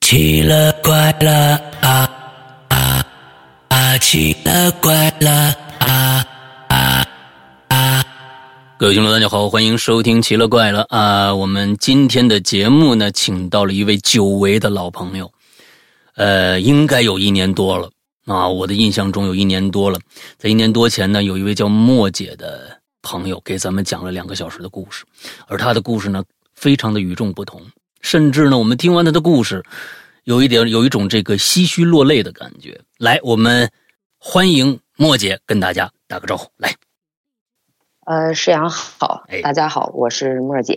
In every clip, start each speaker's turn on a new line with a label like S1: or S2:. S1: 奇了怪了啊啊啊！奇了怪了啊啊啊！各位听众，大家好，欢迎收听《奇了怪了》啊！我们今天的节目呢，请到了一位久违的老朋友，呃，应该有一年多了啊，我的印象中有一年多了。在一年多前呢，有一位叫莫姐的朋友给咱们讲了两个小时的故事，而她的故事呢，非常的与众不同，甚至呢，我们听完她的故事，有一点有一种这个唏嘘落泪的感觉。来，我们欢迎莫姐跟大家打个招呼。来，
S2: 呃，世阳好
S1: 哎，
S2: 大家好，我是莫儿姐。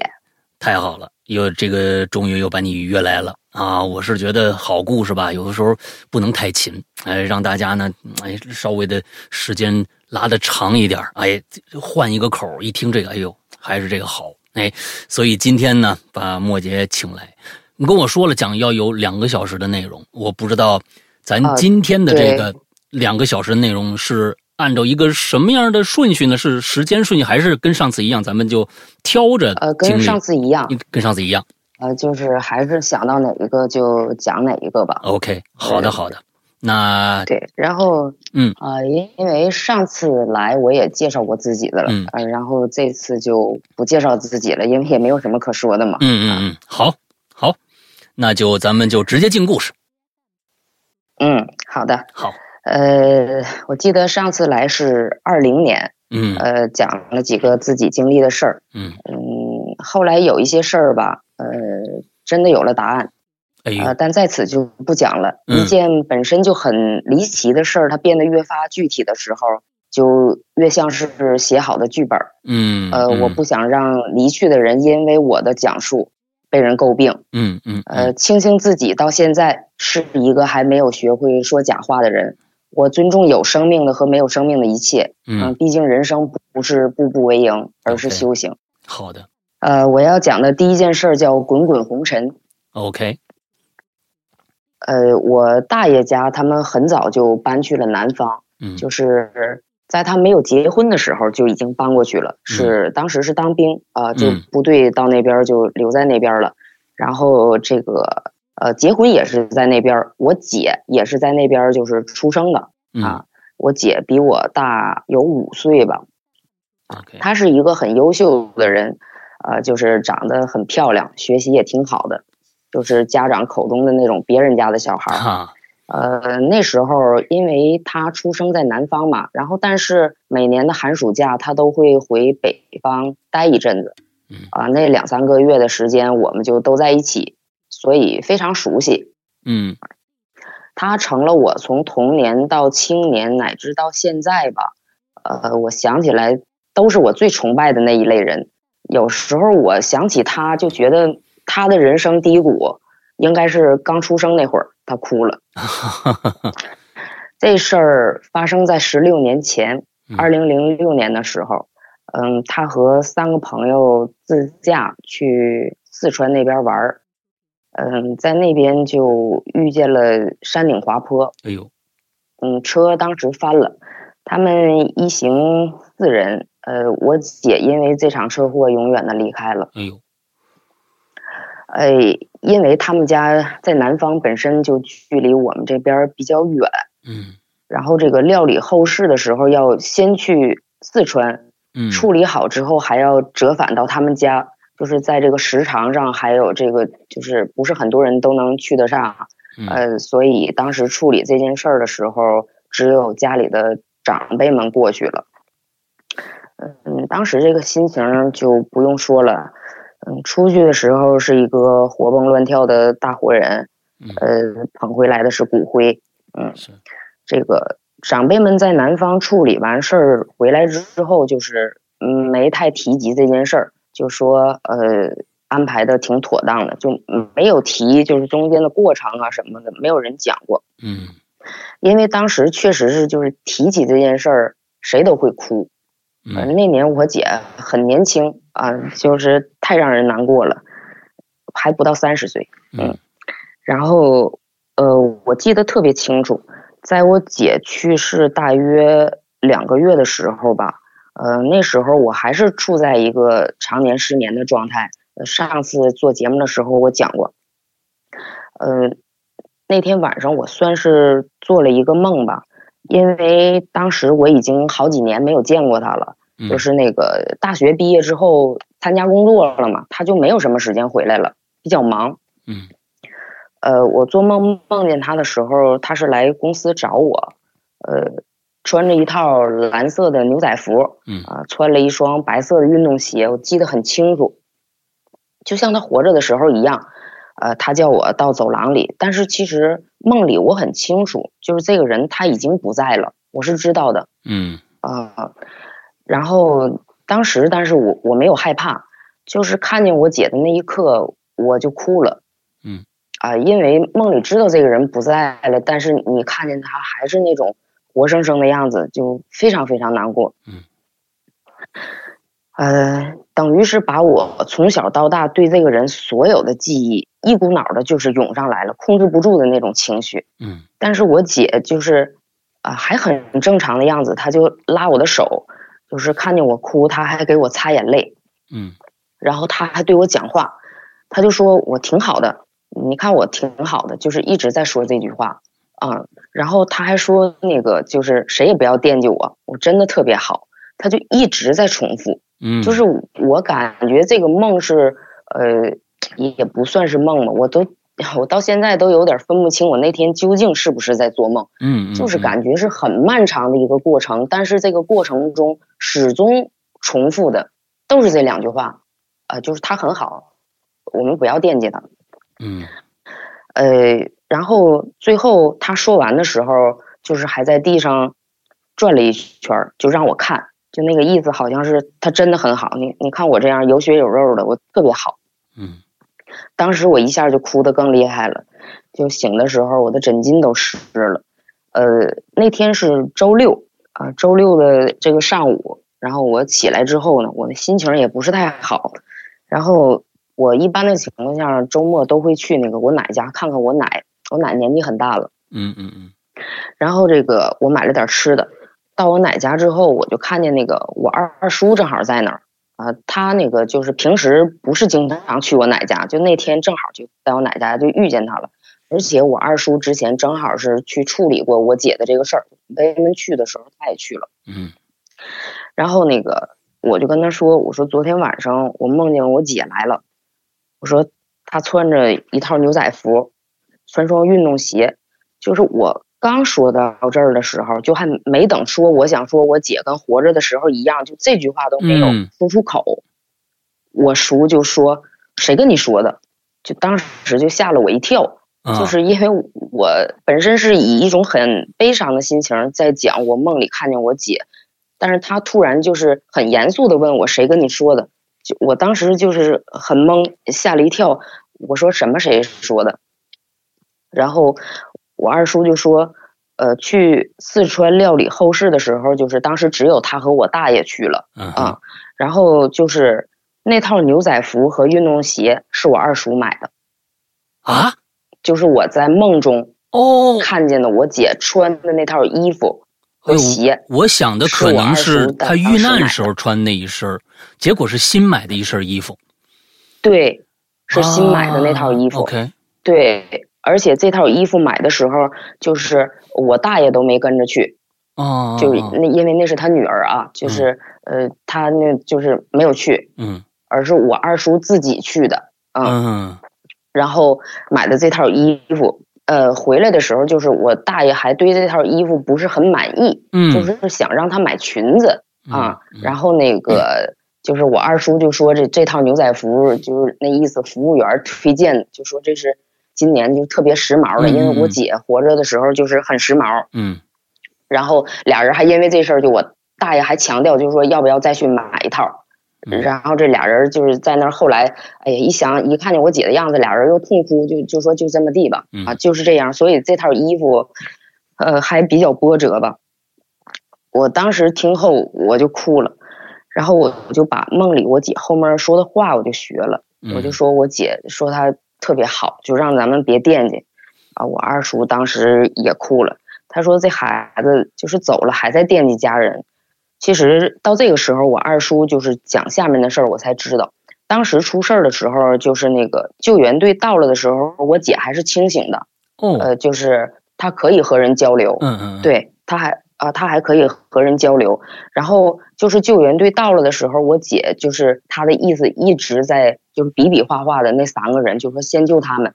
S1: 太好了，又这个终于又把你约来了啊！我是觉得好故事吧，有的时候不能太勤，哎，让大家呢，哎，稍微的时间拉的长一点，哎，换一个口儿，一听这个，哎呦，还是这个好，哎，所以今天呢，把莫杰请来，你跟我说了讲要有两个小时的内容，我不知道咱
S2: 啊
S1: 今天的这
S2: 对
S1: 个两个小时的内容是按照一个什么样的顺序呢？是时间顺序，还是跟上次一样，咱们就挑着
S2: 呃，
S1: 经
S2: 跟
S1: 历
S2: 上次一样，
S1: 跟上次一样。
S2: 呃，就是还是想到哪一个就讲哪一个吧。
S1: OK，好的好的。那
S2: 对，然后，
S1: 嗯，
S2: 呃，因因为上次来我也介绍过自己的了，
S1: 嗯
S2: 呃，然后这次就不介绍自己了，因为也没有什么可说的嘛。
S1: 嗯嗯嗯，好好，那就咱们就直接进故事。
S2: 嗯，好的。
S1: 好，
S2: 呃，我记得上次来是二零年，
S1: 嗯
S2: 呃，讲了几个自己经历的事儿。
S1: 嗯，
S2: 嗯，后来有一些事儿吧，呃，真的有了答案。
S1: 哎
S2: 呃，
S1: 呦，
S2: 但在此就不讲了。
S1: 嗯
S2: 一件本身就很离奇的事儿，它变得越发具体的时候，就越像是写好的剧本儿。
S1: 嗯，
S2: 呃，
S1: 嗯
S2: 我，不想让离去的人因为我的讲述被人诟病。
S1: 嗯嗯，
S2: 呃，庆幸自己到现在是一个还没有学会说假话的人。我尊重有生命的和没有生命的一切。啊
S1: 嗯啊嗯，
S2: 毕竟人生不不是步步为营，而是
S1: OK
S2: 修行。
S1: 好的
S2: 呃，我要讲的第一件事儿叫滚滚红尘。
S1: ，OK，
S2: 呃，我大爷家他们很早就搬去了南方，
S1: 嗯，
S2: 就是在他没有结婚的时候就已经搬过去了，是当时是当兵啊、呃就
S1: 嗯
S2: 部队到那边儿就留在那边儿了，然后这个呃结婚也是在那边儿，我姐也是在那边儿就是出生的，
S1: 嗯
S2: 啊我姐比我大有五岁吧，
S1: ，OK，
S2: 她是一个很优秀的人，呃，就是长得很漂亮，学习也挺好的，就是家长口中的那种别人家的小孩儿。
S1: 哈，
S2: 呃，那时候因为他出生在南方嘛，然后但是每年的寒暑假他都会回北方待一阵子
S1: 嗯，
S2: 啊、那两三个月的时间我们就都在一起，所以非常熟悉。
S1: 嗯
S2: 他成了我从童年到青年乃至到现在吧，呃，我想起来都是我最崇拜的那一类人。有时候我想起他，就觉得他的人生低谷应该是刚出生那会儿他哭了。这事儿发生在十六年前
S1: 嗯，
S2: 二零零六年的时候，嗯，他和三个朋友自驾去四川那边玩儿，嗯，在那边就遇见了山顶滑坡，
S1: 哎呦，
S2: 嗯，车当时翻了，他们一行四人，呃，我姐因为这场车祸永远的离开了，
S1: 哎呦，
S2: 哎，因为他们家在南方本身就距离我们这边儿比较远。
S1: 嗯
S2: 然后这个料理后事的时候，要先去四川
S1: 嗯，
S2: 处理好之后，还要折返到他们家，就是在这个时长上，还有这个就是不是很多人都能去得上，
S1: 嗯，
S2: 呃，所以当时处理这件事儿的时候，只有家里的长辈们过去了。嗯，当时这个心情就不用说了。嗯，出去的时候是一个活蹦乱跳的大活人，
S1: 嗯
S2: 呃，捧回来的是骨灰。嗯
S1: 是，
S2: 这个长辈们在南方处理完事儿回来之后，就是嗯没太提及这件事儿，就说呃安排的挺妥当的，就没有提就是中间的过程啊什么的，没有人讲过。
S1: 嗯
S2: 因为当时确实是就是提起这件事儿，谁都会哭。呃
S1: 嗯，
S2: 那年我姐很年轻啊、就是太让人难过了，还不到三十岁。
S1: 嗯
S2: 然后，呃，我记得特别清楚，在我姐去世大约两个月的时候吧，呃，那时候我还是处在一个常年失眠的状态。呃上次做节目的时候我讲过，呃，那天晚上我算是做了一个梦吧，因为当时我已经好几年没有见过他了，
S1: 嗯
S2: 就是那个大学毕业之后参加工作了嘛，他就没有什么时间回来了，比较忙。
S1: 嗯
S2: 呃，我做梦梦见他的时候，他是来公司找我，呃，穿着一套蓝色的牛仔服，
S1: 嗯
S2: 啊、穿了一双白色的运动鞋，我记得很清楚，就像他活着的时候一样。呃，他叫我到走廊里，但是其实梦里我很清楚，就是这个人他已经不在了，我是知道的。
S1: 嗯
S2: 啊、然后当时，但是我我没有害怕，就是看见我姐的那一刻，我就哭了。
S1: 嗯，
S2: 啊、因为梦里知道这个人不在了，但是你看见他还是那种活生生的样子，就非常非常难过。
S1: 嗯，
S2: 呃，等于是把我从小到大对这个人所有的记忆，一股脑的就是涌上来了，控制不住的那种情绪。
S1: 嗯
S2: 但是我姐就是啊、还很正常的样子，她就拉我的手，就是看见我哭，她还给我擦眼泪，
S1: 嗯
S2: 然后她还对我讲话，她就说我挺好的，你看我挺好的，就是一直在说这句话啊、然后她还说那个就是谁也不要惦记我，我真的特别好，她就一直在重复。
S1: 嗯，
S2: 就是我感觉这个梦是，呃，也也不算是梦吧，我都我到现在都有点分不清我那天究竟是不是在做梦，
S1: 嗯，嗯
S2: 就是感觉是很漫长的一个过程，但是这个过程中始终重复的都是这两句话，呃，就是他很好，我们不要惦记他，
S1: 嗯
S2: 呃，然后最后他说完的时候，就是还在地上转了一圈儿，就让我看，就那个意思好像是他真的很好，你你看我这样有血有肉的，我特别好。
S1: 嗯
S2: 当时我一下就哭得更厉害了，就醒的时候我的枕巾都湿了。呃，那天是周六啊、周六的这个上午，然后我起来之后呢，我的心情也不是太好，然后我一般的情况下周末都会去那个我奶家看看我奶，我奶年纪很大了，
S1: 嗯嗯嗯
S2: 然后这个我买了点吃的，到我奶家之后，我就看见那个我二二叔正好在那儿啊、他那个就是平时不是经常去我奶家，就那天正好就在我奶家就遇见他了，而且我二叔之前正好是去处理过我姐的这个事儿，为他们去的时候他也去了。
S1: 嗯
S2: 然后那个我就跟他说，我说昨天晚上我梦见我姐来了，我说她穿着一套牛仔服，穿双运动鞋，就是我刚说到这儿的时候，就还没等说我想说我姐跟活着的时候一样，就这句话都没有
S1: 嗯
S2: 说出口，我叔就说谁跟你说的，就当时就吓了我一跳，
S1: 啊，
S2: 就是因为我本身是以一种很悲伤的心情在讲我梦里看见我姐，但是她突然就是很严肃的问我谁跟你说的，就我当时就是很懵，吓了一跳，我说什么谁说的？然后我二叔就说，呃，去四川料理后事的时候，就是当时只有他和我大爷去了。
S1: 啊
S2: 啊，然后就是那套牛仔服和运动鞋是我二叔买的，
S1: 啊
S2: 就是我在梦中
S1: 哦，
S2: 看见的我姐穿的那套衣服和鞋，
S1: 哎我想的可能是他遇难时
S2: 是我二叔当时买
S1: 候穿那一身儿，结果是新买的一身衣服，
S2: 对，是新买的那套衣
S1: 啊
S2: 服，
S1: OK，
S2: 对，而且这套衣服买的时候，就是我大爷都没跟着去，
S1: 哦，
S2: 就
S1: 哦
S2: 那因为那是他女儿啊，就是呃，他那就是没有去，
S1: 嗯
S2: 而是我二叔自己去的，嗯，
S1: 嗯
S2: 然后买的这套衣服。呃，回来的时候就是我大爷还对这套衣服不是很满意，
S1: 嗯，
S2: 就是想让他买裙子，啊，然
S1: 后
S2: 后那
S1: 嗯
S2: 个就是我二叔就说这这套牛仔服就是那意思，服务员推荐就说这是今年就特别时髦的，
S1: 嗯
S2: 因为我
S1: 嗯嗯
S2: 姐活着的时候就是很时髦，
S1: 嗯
S2: 然后俩人还因为这事儿就我大爷还强调就说要不要再去买一套。
S1: 嗯
S2: 然后这俩人就是在那儿，后来哎呀，一想一看见我姐的样子，俩人又痛哭，就就说就这么地吧，
S1: 嗯
S2: 啊，就是这样。所以这套衣服，呃，还比较波折吧。我当时听后我就哭了，然后我我就把梦里我姐后面说的话我就学了，
S1: 嗯
S2: 我就说我姐说她特别好，就让咱们别惦记。啊，我二叔当时也哭了，他说这孩子就是走了还在惦记家人。其实到这个时候，我二叔就是讲下面的事儿，我才知道，当时出事儿的时候，就是那个救援队到了的时候，我姐还是清醒的，
S1: 哦，
S2: 呃，就是他可以和人交流，
S1: 嗯嗯，嗯，
S2: 对，他还啊、他还可以和人交流。然后就是救援队到了的时候，我姐就是她的意思一直在就是比比划划的那三个人，就说先救他们，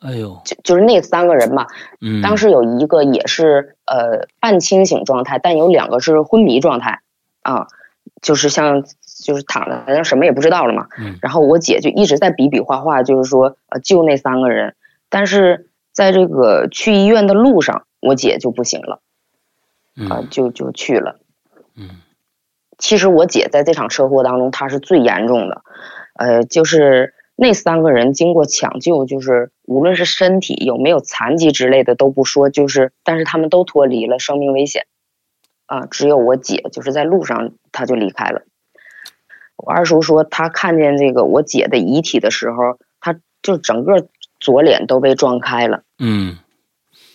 S1: 哎呦，
S2: 就就是那三个人嘛。
S1: 嗯，
S2: 当时有一个也是呃半清醒状态，但有两个是昏迷状态啊，就是像就是躺在那什么也不知道了嘛。
S1: 嗯
S2: 然后我姐就一直在比比划划，就是说呃救那三个人，但是在这个去医院的路上，我姐就不行了啊、
S1: 嗯
S2: 就就去了。
S1: 嗯
S2: 其实我姐在这场车祸当中，她是最严重的，呃，就是那三个人经过抢救，就是无论是身体有没有残疾之类的都不说，就是但是他们都脱离了生命危险，啊、只有我姐就是在路上她就离开了。我二叔说，他看见这个我姐的遗体的时候，他就整个左脸都被撞开了，
S1: 嗯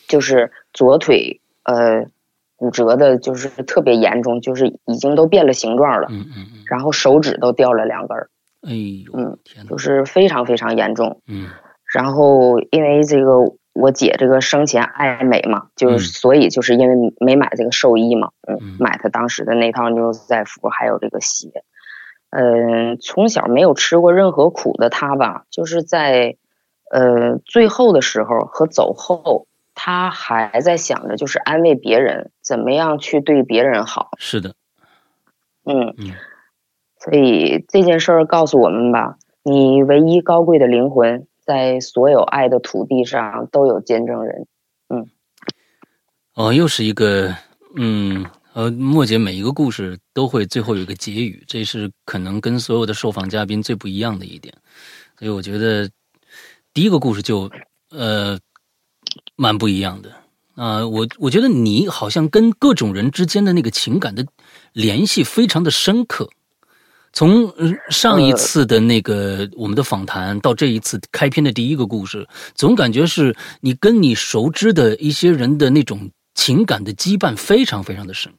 S2: 就是左腿呃骨折的，就是特别严重，就是已经都变了形状了。
S1: 嗯嗯，
S2: 然后手指都掉了两根儿，
S1: 哎呦
S2: 嗯，
S1: 天哪
S2: 就，是非常非常严重。
S1: 嗯
S2: 然后因为这个我姐这个生前爱美嘛，就
S1: 嗯
S2: 是所以就是因为没买这个寿衣嘛，
S1: 嗯
S2: 嗯，买她当时的那套牛仔服还有这个鞋。嗯，从小没有吃过任何苦的她吧，就是在呃最后的时候和走后，她还在想着就是安慰别人，怎么样去对别人好。
S1: 是的，
S2: 嗯
S1: 嗯，
S2: 所以这件事儿告诉我们吧，你唯一高贵的灵魂，在所有爱的土地上都有见证人。
S1: 哦，又是一个，嗯，呃，莫姐每一个故事都会最后有一个结语，这是可能跟所有的受访嘉宾最不一样的一点，所以我觉得第一个故事就，呃，蛮不一样的。啊、我我觉得你好像跟各种人之间的那个情感的联系非常的深刻，从呃上一
S2: 呃
S1: 次的那个我们的访谈到这一次开篇的第一个故事，总感觉是你跟你熟知的一些人的那种情感的羁绊非常非常的深。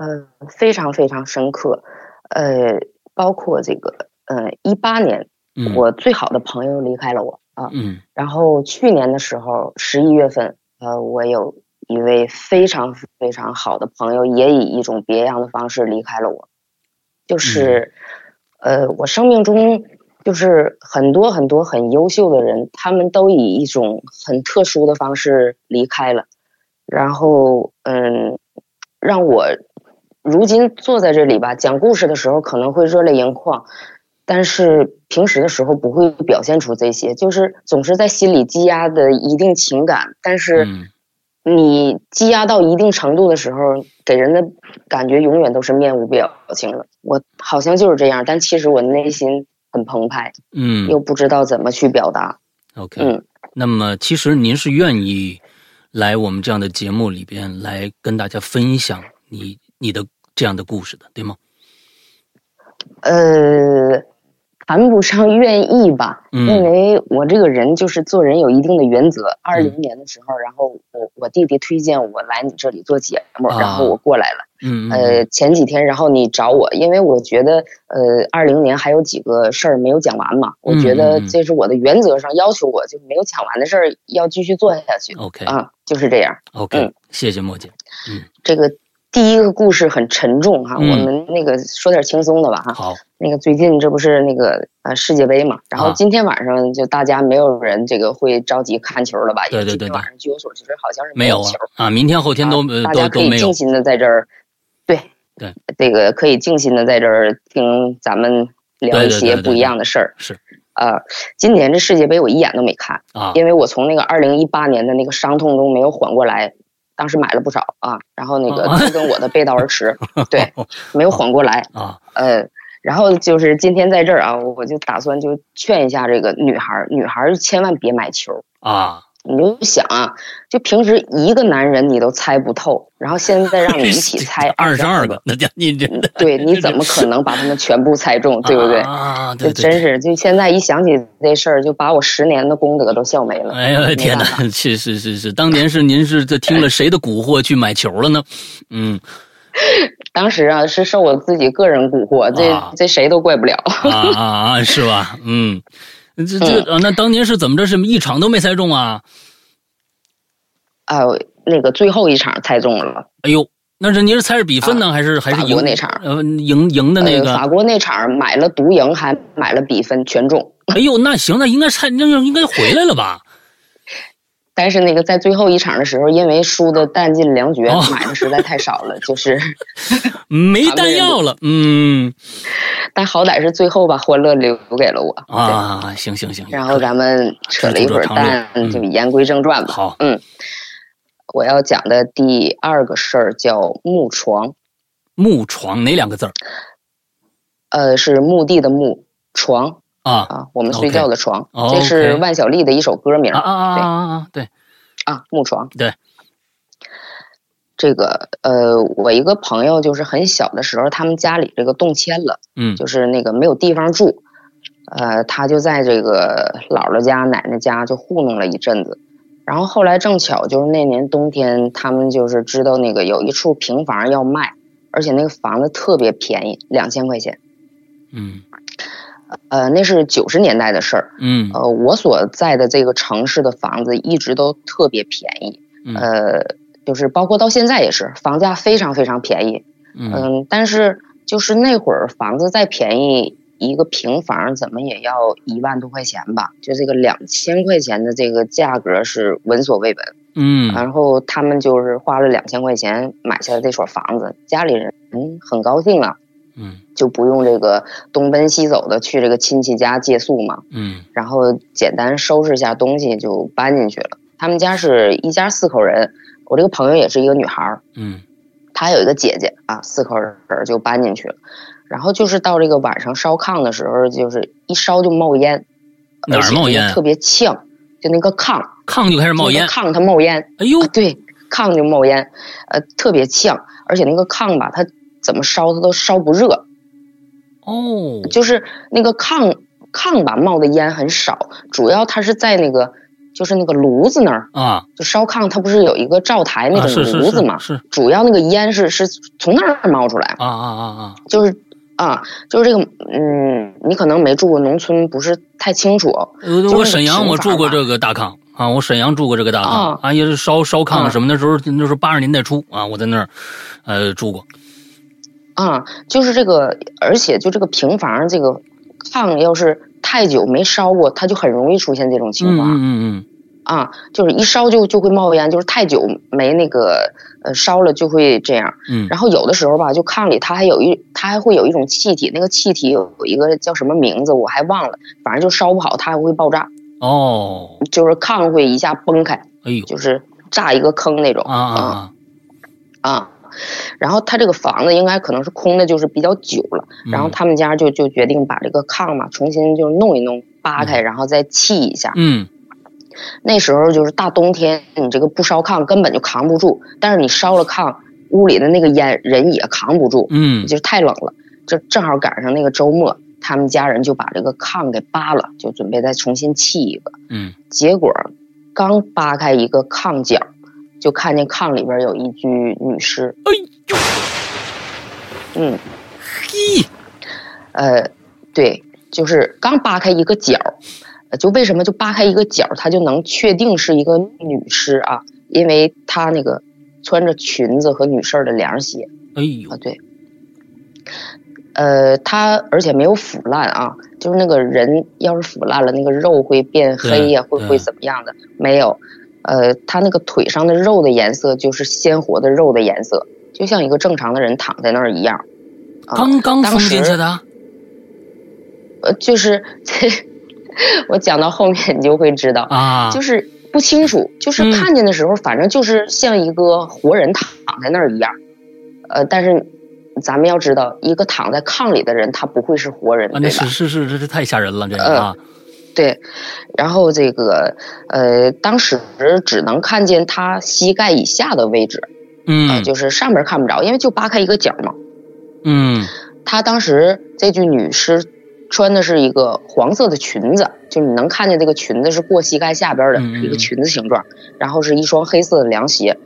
S2: 嗯、非常非常深刻。呃，包括这个，呃，一八年，
S1: 嗯，
S2: 我最好的朋友离开了我啊。
S1: 嗯
S2: 然后去年的时候，十一月份，呃，我有一位非常非常好的朋友，也以一种别样的方式离开了我。
S1: 嗯
S2: 就是，呃，我生命中就是很多很多很优秀的人，他们都以一种很特殊的方式离开了。然后，嗯，让我如今坐在这里吧，讲故事的时候可能会热泪盈眶，但是平时的时候不会表现出这些，就是总是在心里积压的一定情感，但是
S1: 嗯
S2: 你积压到一定程度的时候，给人的感觉永远都是面无表情的。我好像就是这样，但其实我内心很澎湃，
S1: 嗯
S2: 又不知道怎么去表达。
S1: ，OK。
S2: 嗯，
S1: 那么，其实您是愿意来我们这样的节目里边来跟大家分享你你的这样的故事的，对吗？
S2: 呃，谈不上愿意吧，
S1: 嗯
S2: 因为我这个人就是做人有一定的原则。二零年的时候，然后我我弟弟推荐我来你这里做节目，
S1: 啊
S2: 然后我过来了。
S1: 嗯，嗯
S2: 呃，前几天然后你找我，因为我觉得呃，二零年还有几个事儿没有讲完嘛，我觉得
S1: 嗯嗯嗯
S2: 这是我的原则上要求我，就没有讲完的事儿要继续做下去
S1: OK
S2: 啊，就是这样。
S1: OK，、
S2: 嗯
S1: 谢谢莫姐。
S2: 这个第一个故事很沉重哈，
S1: 嗯
S2: 我们那个说点轻松的吧哈。
S1: 好，
S2: 那个最近这不是那个呃世界杯嘛，然后
S1: 啊
S2: 今天晚上就大家没有人这个会着急看球了吧？因为
S1: 对对
S2: 今天
S1: 对
S2: 晚上据我所知好像是
S1: 没有
S2: 有
S1: 啊
S2: 球，
S1: 啊，明天后天都、呃
S2: 大
S1: 都
S2: 家可
S1: 都
S2: 以
S1: 没有
S2: 静。心的在这儿，对
S1: 对，
S2: 这个可以静心的在这儿听咱们聊
S1: 对对对
S2: 一些
S1: 对
S2: 不一样的事儿。
S1: 是，
S2: 呃，今年这世界杯我一眼都没看，
S1: 啊，
S2: 因为我从那个二零一八年的那个伤痛中没有缓过来，当时买了不少啊，然后那个
S1: 啊
S2: 都跟我的背道 而驰，对，没有缓过来。
S1: 啊，
S2: 呃，然后就是今天在这儿啊，我就打算就劝一下这个女孩儿，女孩儿千万别买球。
S1: 啊，
S2: 你就想啊，就平时一个男人你都猜不透，然后现在嗯让你 一起猜
S1: 二十二
S2: 22
S1: 个，，那家你这
S2: 嗯 对，你怎么可能把他们全部猜中，对不对？
S1: 啊，
S2: 就
S1: 对对
S2: 真
S1: 对。
S2: 是，就现在一想起这事儿，就把我十年的功德都笑没了。
S1: 哎呀，天
S2: 没
S1: 哪
S2: 办！
S1: 是是是是，当年是您是这听了谁的蛊惑去买球了呢？嗯
S2: 当时啊，是受我自己个人蛊惑，这、
S1: 啊
S2: 这谁都怪不了。
S1: 啊啊啊，是吧？嗯，这这啊，那当年是怎么着？是一场都没猜中啊？
S2: 啊、那个最后一场猜中了，
S1: 哎呦，那是您是猜是比分呢，还是还是
S2: 法
S1: 赢
S2: 国啊那场
S1: 呃赢赢的那
S2: 呃法
S1: 个？
S2: 国那场买了独赢，还买了比分全中，
S1: 哎呦，那行，那应该猜，那就应该回来了吧？
S2: 但是那个在最后一场的时候，因为输的弹尽粮绝，
S1: 哦
S2: 买的实在太少了， 就是，
S1: 没弹药了，嗯
S2: 但好歹是最后把欢乐留给了我。
S1: 啊，行行行，
S2: 对然后咱们扯了一会儿蛋
S1: 这，这
S2: 就言归正传吧。
S1: 好，
S2: 我要讲的第二个事儿叫木床，
S1: 木床哪两个字儿
S2: 呃，是墓地的墓床
S1: 啊？
S2: 啊，我们
S1: OK 哦
S2: 睡觉的床。
S1: OK
S2: 这是万晓利的一首歌名
S1: 啊啊啊啊啊！对，
S2: 啊，木床。
S1: 对，
S2: 这个呃，我一个朋友就是很小的时候，他们家里这个动迁了，
S1: 嗯
S2: 就是那个没有地方住，呃，他就在这个姥姥家、奶奶家就糊弄了一阵子。然后后来正巧就是那年冬天，他们就是知道那个有一处平房要卖，而且那个房子特别便宜，两千块钱。
S1: 嗯
S2: 呃，那是九十年代的事儿。
S1: 嗯
S2: 呃，我所在的这个城市的房子一直都特别便宜，
S1: 嗯
S2: 呃，就是包括到现在也是，房价非常非常便宜。
S1: 嗯
S2: 嗯，但是就是那会儿房子再便宜，一个平房怎么也要一万多块钱吧？就这个两千块钱的这个价格是闻所未闻。
S1: 嗯
S2: 然后他们就是花了两千块钱买下了这所房子，家里人很高兴啊，
S1: 嗯
S2: 就不用这个东奔西走的去这个亲戚家借宿嘛。
S1: 嗯
S2: 然后简单收拾一下东西就搬进去了。他们家是一家四口人，我这个朋友也是一个女孩儿，
S1: 嗯
S2: 她有一个姐姐啊，四口人儿就搬进去了。然后就是到这个晚上烧炕的时候，就是一烧就冒烟，
S1: 哪儿冒烟
S2: 而且就特别呛，就那个炕
S1: 炕就开始冒烟
S2: 就，那个炕它冒烟，
S1: 哎呦
S2: 啊，对，炕就冒烟，呃，特别呛，而且那个炕吧，它怎么烧它都烧不热，
S1: 哦，
S2: 就是那个炕炕吧冒的烟很少，主要它是在那个就是那个炉子那儿，
S1: 啊，
S2: 就烧炕它不是有一个灶台那
S1: 啊是
S2: 种
S1: 是
S2: 炉子
S1: 是
S2: 嘛，
S1: 是
S2: 主要那个烟是是从那儿冒出来，
S1: 啊啊啊啊，
S2: 就是啊，就是这个嗯，你可能没住过农村，不是太清楚
S1: 呃
S2: 就是
S1: 我
S2: 那
S1: 沈
S2: 个
S1: 阳
S2: 平
S1: 我
S2: 房
S1: 住过
S2: 吧
S1: 这个大炕啊，我沈阳住过这个大炕
S2: 啊，
S1: 啊，也是烧烧炕
S2: 啊
S1: 什么的时候，那时候八十年代初啊，我在那儿呃住过，
S2: 啊，就是这个，而且就这个平房这个炕要是太久没烧过，它就很容易出现这种
S1: 嗯
S2: 情况。
S1: 嗯嗯
S2: 啊，就是一烧就就会冒烟，就是太久没那个呃烧了就会这样。
S1: 嗯
S2: 然后有的时候吧，就炕里它还有一它还会有一种气体，那个气体有一个叫什么名字我还忘了，反正就烧不好它还会爆炸，
S1: 嗯，哦，
S2: 就是炕会一下崩开，
S1: 哎呦
S2: 就是嗯炸一个坑那种
S1: 啊啊啊，
S2: 啊。然后他这个房子应该可能是空的，就是比较久了。
S1: 嗯
S2: 然后他们家就就决定把这个炕嘛重新就弄一弄，扒开，然后再砌一下。
S1: 嗯
S2: 那时候就是大冬天，你这个不烧炕根本就扛不住，但是你烧了炕，屋里的那个烟人也扛不住，
S1: 嗯
S2: 就是太冷了。这正好赶上那个周末，他们家人就把这个炕给扒了，就准备再重新砌一个。
S1: 嗯
S2: 结果刚扒开一个炕角，就看见炕里边有一具女尸。
S1: 哎呦
S2: 嗯，
S1: 嘿，
S2: 呃，对，就是刚扒开一个角，呃就为什么就扒开一个角，它就能确定是一个女尸啊？因为她那个穿着裙子和女士儿的凉鞋
S1: 哎呦
S2: 啊，对，呃，她而且没有腐烂啊，就是那个人要是腐烂了，那个肉会变黑呀、
S1: 对
S2: 会会
S1: 对
S2: 怎么样的？没有，呃，她那个腿上的肉的颜色就是鲜活的肉的颜色，就像一个正常的人躺在那儿一样。啊
S1: 刚刚
S2: 当
S1: 封进
S2: 时
S1: 去的啊，
S2: 呃，就是 这，我讲到后面你就会知道，
S1: 啊
S2: 就是不清楚，就是
S1: 嗯
S2: 看见的时候，反正就是像一个活人躺在那儿一样。呃，但是咱们要知道，一个躺在炕里的人，他不会是活人，
S1: 啊，那
S2: 对
S1: 是
S2: 吧？呃
S1: 是是，这这太吓人了，这个啊，
S2: 对。然后这个呃，当时只能看见他膝盖以下的位置，呃，
S1: 嗯
S2: 就是上边看不着，因为就扒开一个角嘛。
S1: 嗯
S2: 她当时这具女尸穿的是一个黄色的裙子，就你能看见这个裙子是过膝盖下边的，
S1: 嗯嗯嗯
S2: 是一个裙子形状，然后是一双黑色的凉鞋。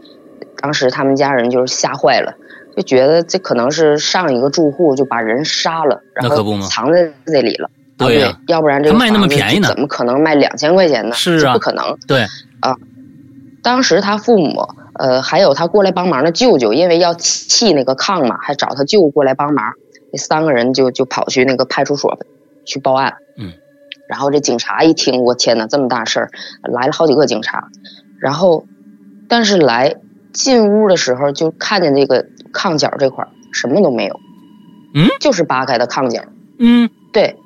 S2: 当时他们家人就是吓坏了，就觉得这可能是上一个住户就把人杀了，然
S1: 那可不
S2: 后
S1: 嘛
S2: 藏在这里了。
S1: 对呀、
S2: 要不然这个
S1: 他卖那么
S2: 房子
S1: 便宜呢
S2: 怎么可能卖两千块钱呢？
S1: 是啊
S2: 这不可能。
S1: 对，
S2: 当时他父母，呃，还有他过来帮忙的舅舅，因为要砌那个炕嘛，还找他舅过来帮忙。那三个人就就跑去那个派出所去报案。
S1: 嗯，
S2: 然后这警察一听，我天哪，这么大事儿，来了好几个警察。然后，但是来进屋的时候就看见这个炕角这块儿什么都没有，
S1: 嗯，
S2: 就是扒开的炕角。
S1: 嗯，
S2: 对，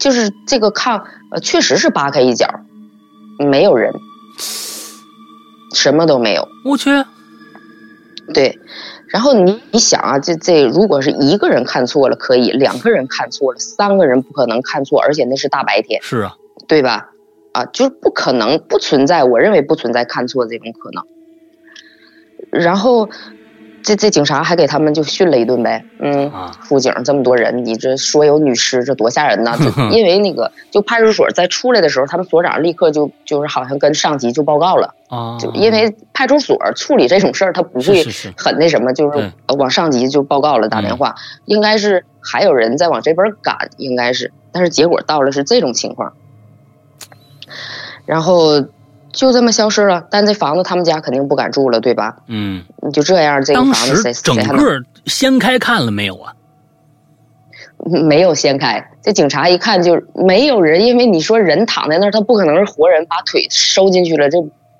S2: 就是这个炕，呃，确实是扒开一角，没有人，什么都没有。
S1: 我去，
S2: 对，然后你你想啊，这这如果是一个人看错了可以，两个人看错了，三个人不可能看错，而且那是大白天，
S1: 是啊，
S2: 对吧？啊，就是不可能，不存在，我认为不存在看错这种可能。然后，这这警察还给他们就训了一顿呗，嗯，
S1: 啊，
S2: 出警这么多人，你这说有女尸，这多吓 人呐！就因为那个，就派出所在出来的时候，他们所长立刻就就是好像跟上级就报告了，
S1: 啊，
S2: 就因为派出所处理这种事儿，他不会
S1: 是是是
S2: 很那什么，就
S1: 对嗯
S2: 是呃往上级就报告了，打电话，应该是还有人在往这边赶，应该是，但是结果到了是这种情况，然后就这么消失了。但这房子他们家肯定不敢住了，对吧？
S1: 嗯，
S2: 你就这样，这个
S1: 当
S2: 房子
S1: 时
S2: 谁
S1: 整
S2: 谁还能
S1: 个掀开看了没有啊？
S2: 没有掀开，这警察一看就没有人，因为你说人躺在那儿，他不可能是活人，把腿收进去了，这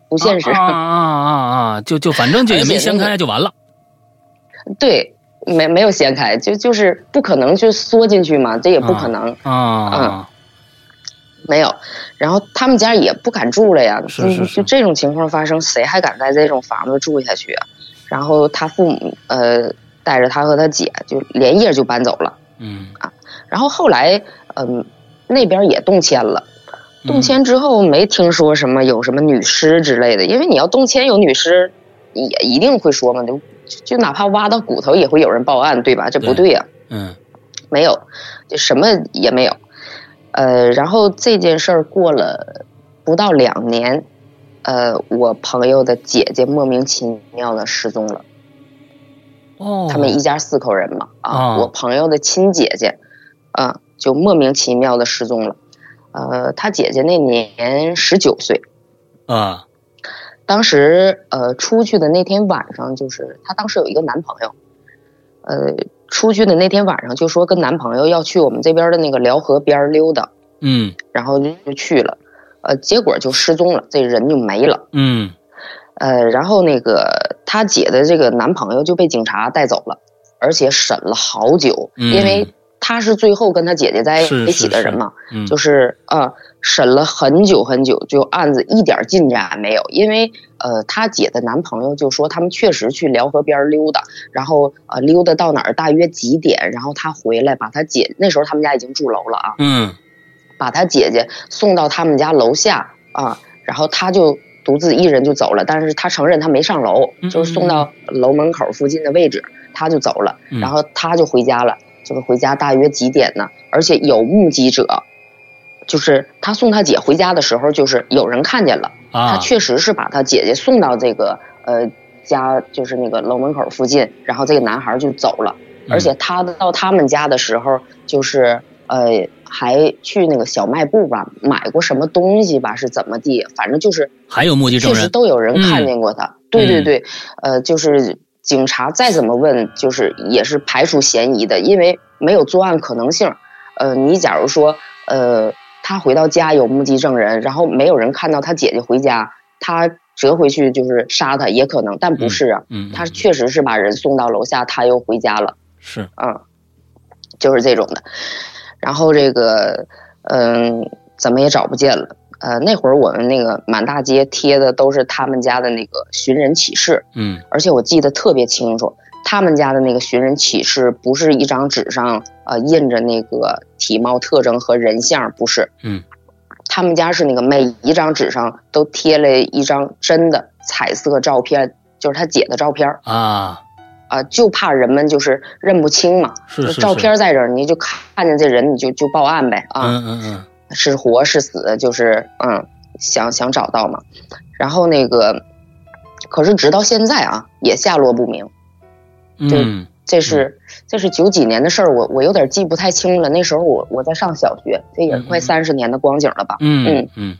S2: 不现实。
S1: 啊啊啊啊啊！就就反正就也没掀开就完了。
S2: 对，没没有掀开，就就是不可能就缩进去嘛，这也不可能，
S1: 啊，
S2: 没有。然后他们家也不敢住了呀，
S1: 是是
S2: 就是就这种情况发生，谁还敢在这种房子住下去啊？然后他父母呃带着他和他姐就连夜就搬走了。
S1: 嗯，
S2: 啊然后后来嗯那边也动迁了。动
S1: 嗯
S2: 迁之后没听说什么有什么女尸之类的，因为你要动迁有女尸，也一定会说嘛，就就哪怕挖到骨头也会有人报案，对吧？这不对呀、
S1: 嗯，
S2: 没有，就什么也没有。呃，然后这件事儿过了不到两年，呃，我朋友的姐姐莫名其妙的失踪了。
S1: 哦，
S2: 他们一家四口人嘛，啊，
S1: 哦
S2: 我朋友的亲姐姐，啊，就莫名其妙的失踪了。呃，他姐姐那年十九岁，
S1: 啊，
S2: 当时呃出去的那天晚上，就是她当时有一个男朋友，呃，出去的那天晚上就说跟男朋友要去我们这边的那个辽河边儿溜达，
S1: 嗯
S2: 然后就就去了，呃，结果就失踪了，这人就没了。
S1: 嗯，
S2: 呃，然后那个她姐的这个男朋友就被警察带走了，而且审了好久，
S1: 嗯
S2: 因为他是最后跟他姐姐在
S1: 是
S2: 一起的人嘛，
S1: 嗯，
S2: 就是呃审了很久很久，就案子一点进展没有，因为呃她姐的男朋友就说他们确实去辽河边溜达，然后呃溜达到哪儿大约几点，然后他回来把他姐那时候他们家已经住楼了啊，
S1: 嗯
S2: 把他姐姐送到他们家楼下啊，然后他就独自一人就走了。但是他承认他没上楼
S1: 嗯，
S2: 就是送到楼门口附近的位置，他就走了。
S1: 嗯
S2: 然后他就回家了，就是回家大约几点呢？而且有目击者，就是他送他姐回家的时候，就是有人看见了，他
S1: 啊，
S2: 确实是把他姐姐送到这个呃家，就是那个楼门口附近，然后这个男孩就走了。
S1: 嗯
S2: 而且他到他们家的时候，就是呃，还去那个小卖部吧，买过什么东西吧，是怎么地？反正就是
S1: 还有目击证
S2: 确实
S1: 人，嗯
S2: 都有人看见过他。对对对，呃，就是警察再怎么问，就是也是排除嫌疑的，因为没有作案可能性。呃，你假如说呃，他回到家有目击证人，然后没有人看到他姐姐回家，他折回去就是杀他也可能，但不是啊，
S1: 嗯，
S2: 他确实是把人送到楼下，他又回家了。
S1: 是
S2: 嗯，就是这种的。然后这个，嗯，怎么也找不见了。呃，那会儿我们那个满大街贴的都是他们家的那个寻人启事，
S1: 嗯
S2: 而且我记得特别清楚，他们家的那个寻人启事不是一张纸上呃印着那个体貌特征和人像，不是，
S1: 嗯，
S2: 他们家是那个每一张纸上都贴了一张真的彩色照片，就是他姐的照片儿
S1: 啊，
S2: 啊、就怕人们就是认不清嘛，
S1: 是
S2: 就是照片，在这儿，你就看见这人，你就就报案呗啊，
S1: 嗯嗯嗯
S2: 是活是死，就是嗯，想想找到嘛。然后那个，可是直到现在啊，也下落不明。
S1: 嗯，
S2: 这是这是九几年的事儿，我我有点记不太清了。那时候我我在上小学，这也是快
S1: 嗯嗯嗯
S2: 三十年的光景了吧？
S1: 嗯
S2: 嗯
S1: 嗯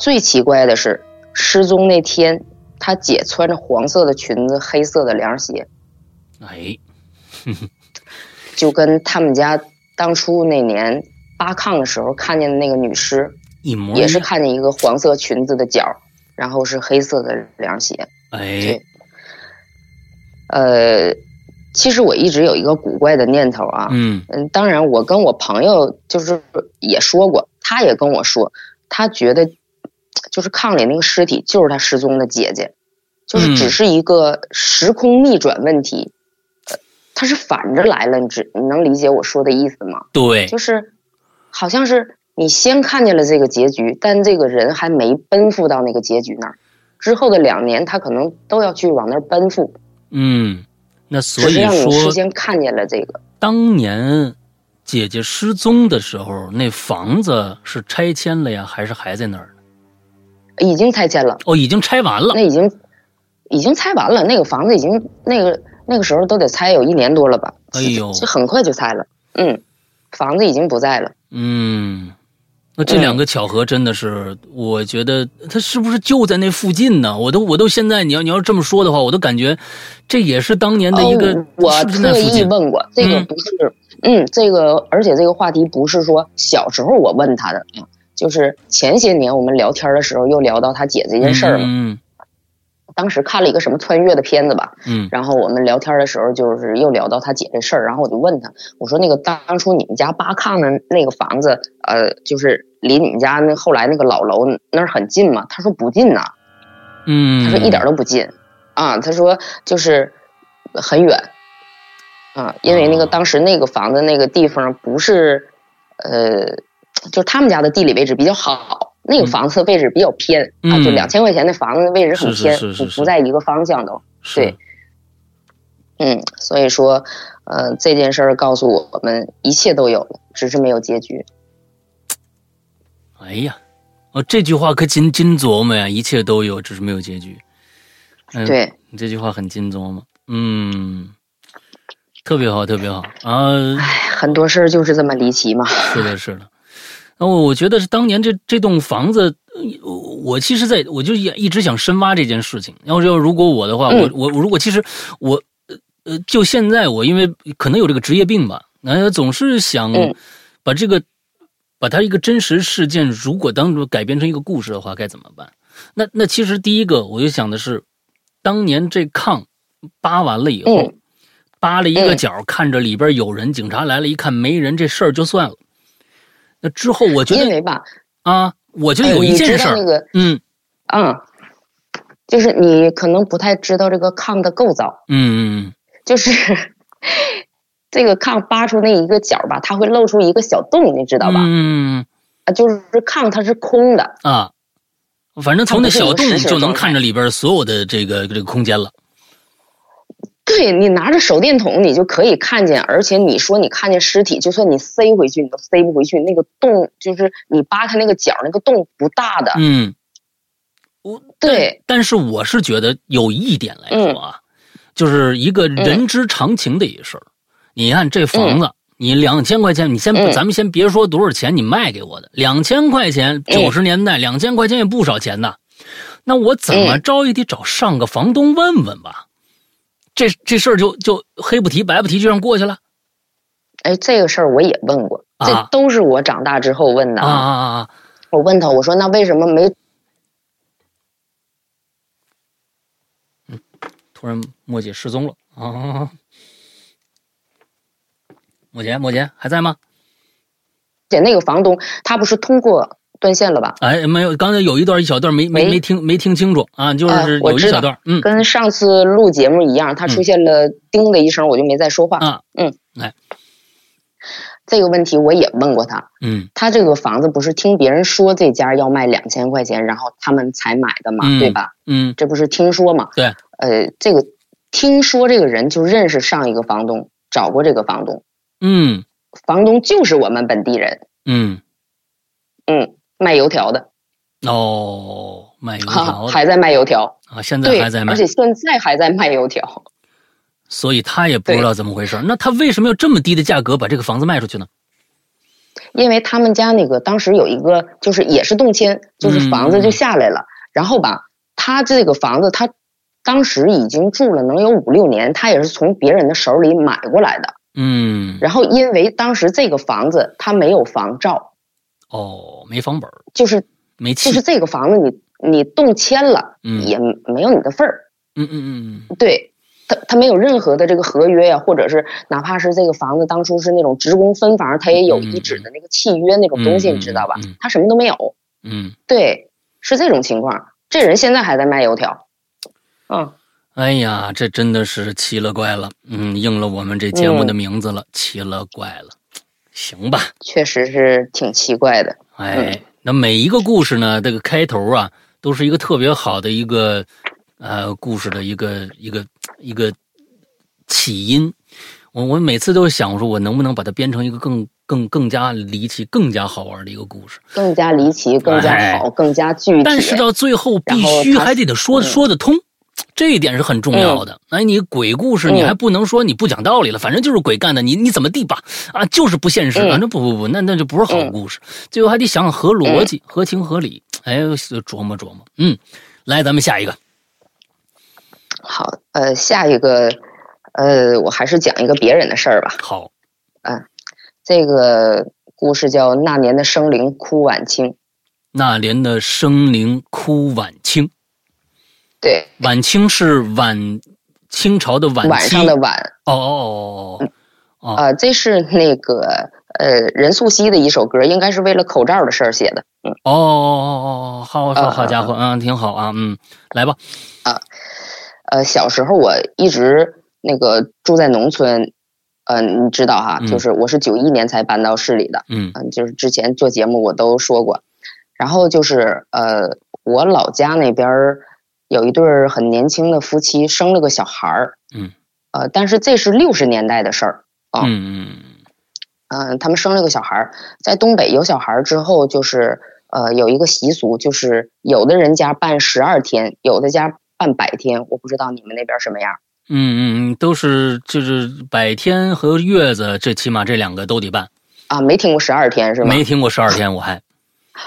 S2: 最奇怪的是，失踪那天，他姐穿着黄色的裙子、黑色的凉鞋，
S1: 嗯，哎，
S2: 就跟他们家当初那年扒炕的时候看见的那个女尸，
S1: 一模一样
S2: 也是，看见一个黄色裙子的脚，然后是黑色的凉鞋。
S1: 哎
S2: 对，呃，其实我一直有一个古怪的念头啊，
S1: 嗯
S2: 嗯，当然我跟我朋友就是也说过，他也跟我说，他觉得就是炕里那个尸体就是他失踪的姐姐，就是
S1: 嗯
S2: 只是一个时空逆转问题，呃，他是反着来了，你只你能理解我说的意思吗？
S1: 对，
S2: 就是好像是你先看见了这个结局，但这个人还没奔赴到那个结局那儿，之后的两年他可能都要去往那儿奔赴，
S1: 嗯，那所
S2: 只是
S1: 以
S2: 让你事
S1: 说
S2: 先看见了这个。
S1: 当年姐姐失踪的时候，那房子是拆迁了呀，还是还在那儿呢？
S2: 已经拆迁了，
S1: 哦，已经拆完了
S2: 那。已经已经拆完了，那个房子已经那个那个时候都得拆有一年多了吧？
S1: 哎呦
S2: 这很快就拆了，嗯，房子已经不在了。
S1: 嗯，那这两个巧合真的是，我觉得他是不是就在那附近呢？我都我都现在你要你要这么说的话，我都感觉这也是当年的一个，
S2: 哦、我
S1: 是不是在
S2: 特
S1: 附
S2: 意
S1: 近？
S2: 问过，这个
S1: 嗯
S2: 不是，嗯这个而且这个话题不是说小时候我问他的
S1: 嗯
S2: 啊，就是前些年我们聊天的时候又聊到他姐这件事儿嘛，
S1: 嗯
S2: 当时看了一个什么穿越的片子吧，
S1: 嗯
S2: 然后我们聊天的时候，就是又聊到他姐这事儿，然后我就问他，我说那个当初你们家八炕的那个房子，呃，就是离你们家那后来那个老楼那儿很近吗？他说不近呐、
S1: 嗯，
S2: 他说一点儿都不近，啊，他说就是很远，啊，因为那个
S1: 哦
S2: 当时那个房子那个地方不是，呃，就是他们家的地理位置比较好。那个
S1: 嗯
S2: 房子位置比较偏、啊，就
S1: 嗯
S2: 两千块钱的房子位置很
S1: 是是
S2: 偏，
S1: 是是
S2: 不
S1: 是
S2: 不在一个方向都。
S1: 是
S2: 对嗯，所以说，呃，这件事儿告诉我们，一切都有了，只是没有结局。
S1: 哎呀，哦，这句话可真真琢磨呀，一切都有，只是没有结局。嗯，
S2: 对，
S1: 你这句话很真琢磨，嗯，特别好，特别好啊。
S2: 哎，很多事儿就是这么离奇嘛。
S1: 是的，是的。那我我觉得是当年这这栋房子，呃我我其实在我就也一直想深挖这件事情。要是要如果我的话，我
S2: 嗯
S1: 我我如果其实我呃呃，就现在我因为可能有这个职业病吧，那总是想
S2: 嗯
S1: 把这个把它一个真实事件，如果当中改编成一个故事的话，该怎么办？那那其实第一个我就想的是，当年这炕扒完了以后，
S2: 嗯
S1: 扒了一个
S2: 嗯
S1: 角，看着里边有人，警察来了，一看没人，这事儿就算了。那之后，我觉
S2: 因
S1: 得
S2: 为吧，
S1: 啊，我觉得
S2: 呃
S1: 有一
S2: 你知
S1: 件事
S2: 道那
S1: 儿，
S2: 个，
S1: 嗯
S2: 嗯，就是你可能不太知道这个炕的构造，
S1: 嗯嗯
S2: 就是 这个炕扒出那一个角儿吧，它会露出一个小洞，你知道吧？
S1: 嗯
S2: 啊，就是炕它是空的，
S1: 啊，反正从那小
S2: 它不是一
S1: 洞
S2: 个实时的
S1: 就能
S2: 状态
S1: 看着里边所有的这个这个空间了。
S2: 对你拿着手电筒，你就可以看见，而且你说你看见尸体，就算你塞回去，你都塞不回去。那个洞就是你扒开那个角，那个洞不大的。
S1: 嗯，我
S2: 对，嗯
S1: 但是我是觉得有一点来说啊，就是一个人之常情的一事儿。你看这房子，你两千块钱，你先、
S2: 嗯
S1: 咱们先别说多少钱你卖给我的，两千块钱，
S2: 嗯
S1: 九十年代两千块钱也不少钱呐。那我怎
S2: 嗯
S1: 么着也得找上个房东问问吧，这这事儿就就黑不提白不提就让过去了
S2: 哎，这个事儿我也问过，
S1: 啊
S2: 这都是我长大之后问的
S1: 啊啊啊啊！
S2: 我问他，我说那为什么没
S1: 突然莫姐失踪了 啊！莫姐，莫姐还在吗？
S2: 且那个房东他不是通过断线了吧？
S1: 哎，没有，刚才有一段一小段没没
S2: 喂
S1: 没听没听清楚啊，就是
S2: 啊我
S1: 有一
S2: 知道
S1: 小段，嗯
S2: 跟上次录节目一样，他出现了“叮”的一声，我就没再说话。
S1: 啊
S2: 这个问题我也问过他，
S1: 嗯
S2: 他这个房子不是听别人说这家要卖两千块钱，然后他们才买的嘛，
S1: 嗯
S2: 对吧？
S1: 嗯
S2: 这不是听说嘛？
S1: 对，
S2: 呃，这个听说这个人就认识上一个房东，找过这个房东，
S1: 嗯
S2: 房东就是我们本地人，
S1: 嗯，
S2: 嗯，卖油条的，
S1: 哦，卖油
S2: 哈哈，
S1: 条的
S2: 还在卖油条，
S1: 啊，现在
S2: 对
S1: 还在，卖
S2: 而且现在还在卖油条，
S1: 所以他也不知道怎么回事。那他为什么要这么低的价格把这个房子卖出去呢？
S2: 因为他们家那个当时有一个就是也是动迁，
S1: 嗯
S2: 就是房子就下来了，然后吧，他这个房子他当时已经住了能有五六年，他也是从别人的手里买过来的。
S1: 嗯，
S2: 然后因为当时这个房子它没有房照，
S1: 哦，没房本儿，
S2: 就是
S1: 没
S2: 就
S1: 气
S2: 是，这个房子你你动迁了
S1: 嗯
S2: 也没有你的份儿，
S1: 嗯嗯嗯
S2: 对。他他没有任何的这个合约呀、或者是哪怕是这个房子当初是那种职工分房，他也有一纸的那个契约那种东西，
S1: 嗯
S2: 你知道吧
S1: 嗯嗯？
S2: 他什么都没有，
S1: 嗯，
S2: 对，是这种情况。这人现在还在卖油条，嗯，
S1: 哎呀，这真的是奇了怪了，嗯，应了我们这节目的名字了，奇了怪了，行吧，
S2: 确实是挺奇怪的。
S1: 哎，那每一个故事呢，这个开头啊，都是一个特别好的一个呃故事的一个一个一个起因。我我每次都想，我说我能不能把它编成一个更更更加离奇、更加好玩的一个故事？
S2: 更加离奇，更加好，更加具体。
S1: 哎 但是到最后必须
S2: 然后它
S1: 还得得说
S2: 嗯
S1: 说得通，这一点是很重要的。哎，你鬼故事你
S2: 嗯
S1: 还不能说你不讲道理了，反正就是鬼干的，你你怎么地吧？啊，就是不现实，
S2: 嗯
S1: 反正不不不，那那就不是好故事。最后还得想想合
S2: 嗯
S1: 逻辑、合情合理。哎，琢磨琢磨，嗯，来，咱们下一个，
S2: 好，呃，下一个，呃，我还是讲一个别人的事儿吧。
S1: 好，
S2: 这个故事叫《那年的生灵哭晚清》。
S1: 那年的生灵哭晚清，
S2: 对，
S1: 晚清是晚清朝的晚
S2: 晚
S1: 期，
S2: 上的晚，
S1: 哦哦哦哦，
S2: 呃，这是那个呃任素汐的一首歌，应该是为了口罩的事儿写的。
S1: 哦哦哦哦，好好好家伙，嗯，挺好啊，嗯，来吧，
S2: 呃，小时候我一直那个住在农村，嗯、你知道哈，
S1: 嗯
S2: 就是我是九一年才搬到市里的，
S1: 嗯
S2: 嗯、就是之前做节目我都说过，然后就是呃，我老家那边儿有一对儿很年轻的夫妻生了个小孩儿，
S1: 嗯，
S2: 呃，但是这是六十年代的事儿，啊
S1: 嗯嗯
S2: 嗯、他们生了个小孩儿，在东北有小孩儿之后，就是呃有一个习俗，就是有的人家办十二天，有的家办百天，我不知道你们那边儿什么样。
S1: 嗯嗯，都是就是百天和月子，这起码这两个都得办。
S2: 啊，没听过十二天是吗？
S1: 没听过十二天，我还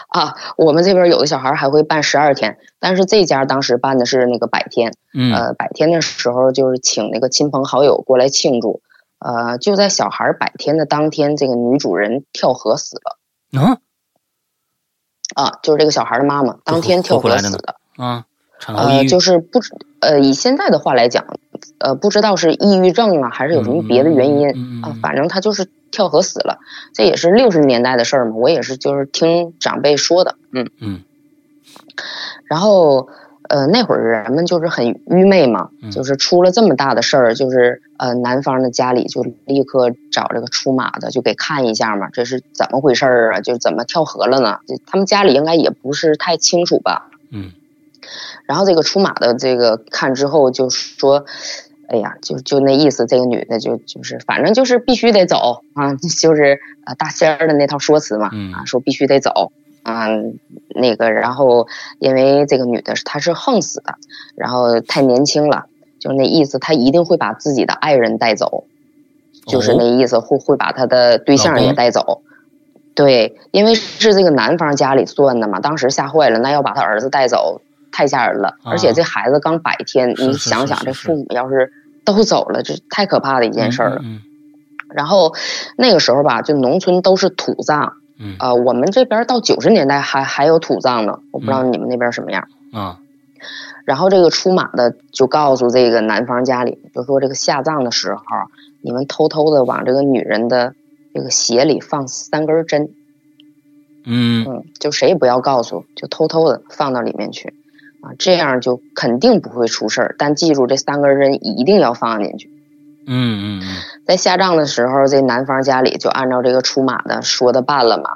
S2: 啊，我们这边有的小孩还会办十二天，但是这家当时办的是那个百天，
S1: 嗯
S2: 呃，百天的时候就是请那个亲朋好友过来庆祝，呃，就在小孩百天的当天，这个女主人跳河死了
S1: 啊
S2: 啊，就是这个小孩的妈妈当天跳河死的，
S1: 啊，产后抑
S2: 呃，
S1: 郁，
S2: 就是不知呃，以现在的话来讲，呃，不知道是抑郁症啊，还是有什么别的原因。
S1: 嗯嗯
S2: 啊
S1: 嗯，
S2: 反正她就是跳河死了，这也是六十年代的事儿嘛，我也是就是听长辈说的，嗯。
S1: 嗯
S2: 然后呃那会儿人们就是很愚昧嘛，
S1: 嗯
S2: 就是出了这么大的事儿，就是呃男方的家里就立刻找这个出马的就给看一下嘛，这是怎么回事儿啊？就怎么跳河了呢？就他们家里应该也不是太清楚吧。
S1: 嗯
S2: 然后这个出马的这个看之后就说。哎呀，就就那意思，这个女的就就是，反正就是必须得走啊，就是呃大仙儿的那套说辞嘛，
S1: 嗯
S2: 啊，说必须得走啊、那个，然后因为这个女的是她是横死的，然后太年轻了，就那意思，她一定会把自己的爱人带走，
S1: 哦
S2: 就是那意思，会会把她的对象也带走。对，因为是这个男方家里算的嘛，当时吓坏了，那要把他儿子带走，太吓人了。
S1: 啊
S2: 而且这孩子刚百天，
S1: 是
S2: 你
S1: 是
S2: 想
S1: 是
S2: 想，
S1: 是
S2: 这
S1: 是
S2: 父母要是都走了，这太可怕的一件事儿了。
S1: 嗯
S2: 然后那个时候吧，就农村都是土葬，
S1: 嗯
S2: 啊，我们这边到九十年代还还有土葬呢，我不知道你们那边什么样。
S1: 啊
S2: 然后这个出马的就告诉这个男方家里，就说这个下葬的时候，你们偷偷的往这个女人的这个鞋里放三根针，
S1: 嗯
S2: 嗯，就谁也不要告诉，就偷偷的放到里面去，啊，这样就肯定不会出事儿。但记住这三根针一定要放进去。
S1: 嗯嗯
S2: 在下葬的时候，这男方家里就按照这个出马的说的办了嘛，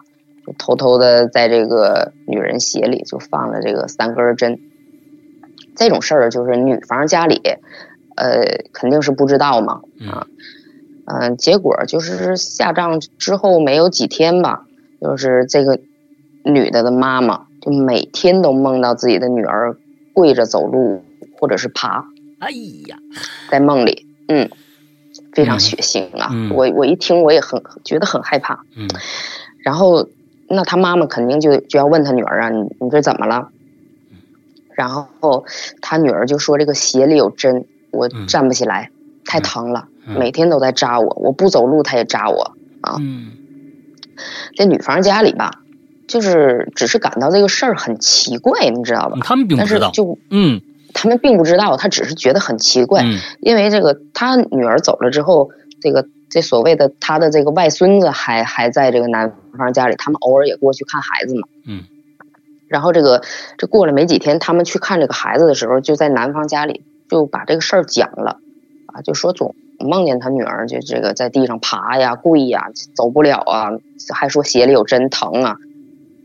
S2: 就偷偷的在这个女人鞋里就放了这个三根针。这种事儿就是女方家里，呃，肯定是不知道嘛，
S1: 嗯
S2: 嗯、结果就是下葬之后没有几天吧，就是这个女的的妈妈就每天都梦到自己的女儿跪着走路或者是爬，
S1: 哎呀，
S2: 在梦里，嗯，非常血腥啊！
S1: 嗯
S2: 我我一听我也很觉得很害怕。
S1: 嗯
S2: 然后那他妈妈肯定就就要问他女儿啊，你你这怎么了？
S1: 嗯
S2: 然后他女儿就说这个鞋里有针，我
S1: 嗯
S2: 站不起来，太疼了，
S1: 嗯
S2: 每天都在扎我，我不走路他也扎我。
S1: 嗯
S2: 这女方家里吧，就是只是感到这个事儿很奇怪，你知道吧
S1: 嗯，？他们并不
S2: 但
S1: 知
S2: 是
S1: 道，
S2: 就
S1: 嗯，
S2: 他们并不知道，他只是觉得很奇怪，
S1: 嗯
S2: 因为这个他女儿走了之后，这个这所谓的他的这个外孙子还还在这个男方家里，他们偶尔也过去看孩子嘛。
S1: 嗯。
S2: 然后这个这过了没几天，他们去看这个孩子的时候，就在男方家里就把这个事儿讲了，啊，就说总梦见他女儿就这个在地上爬呀、跪呀、走不了啊，还说鞋里有针疼啊。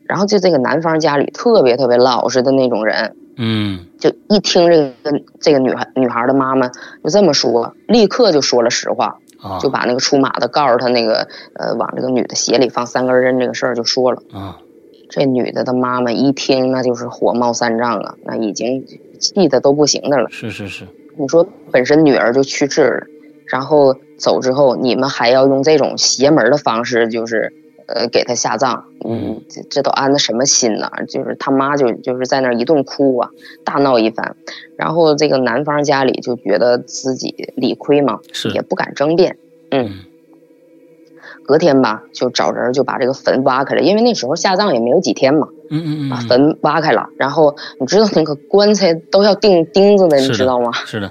S2: 然后就这个男方家里特别特别老实的那种人，
S1: 嗯
S2: 就一听这个这个女孩女孩的妈妈就这么说，立刻就说了实话，
S1: 啊
S2: 就把那个出马的告诉她那个呃往这个女的鞋里放三根针这个事儿就说了。
S1: 啊
S2: 这女的的妈妈一听那就是火冒三丈啊，那已经气的都不行的了。
S1: 是是是，
S2: 你说本身女儿就去世了，然后走之后你们还要用这种邪门的方式，就是。呃，给她下葬，
S1: 嗯，
S2: 这这都安的什么心呐？就是他妈就就是在那儿一顿哭啊，大闹一番，然后这个男方家里就觉得自己理亏嘛，
S1: 是
S2: 也不敢争辩。
S1: 嗯
S2: 隔天吧，就找人就把这个坟挖开了，因为那时候下葬也没有几天嘛，
S1: 嗯嗯嗯
S2: 把
S1: 嗯，
S2: 坟挖开了。然后你知道那个棺材都要钉钉子的，
S1: 是
S2: 你
S1: 的
S2: 知道吗？
S1: 是的，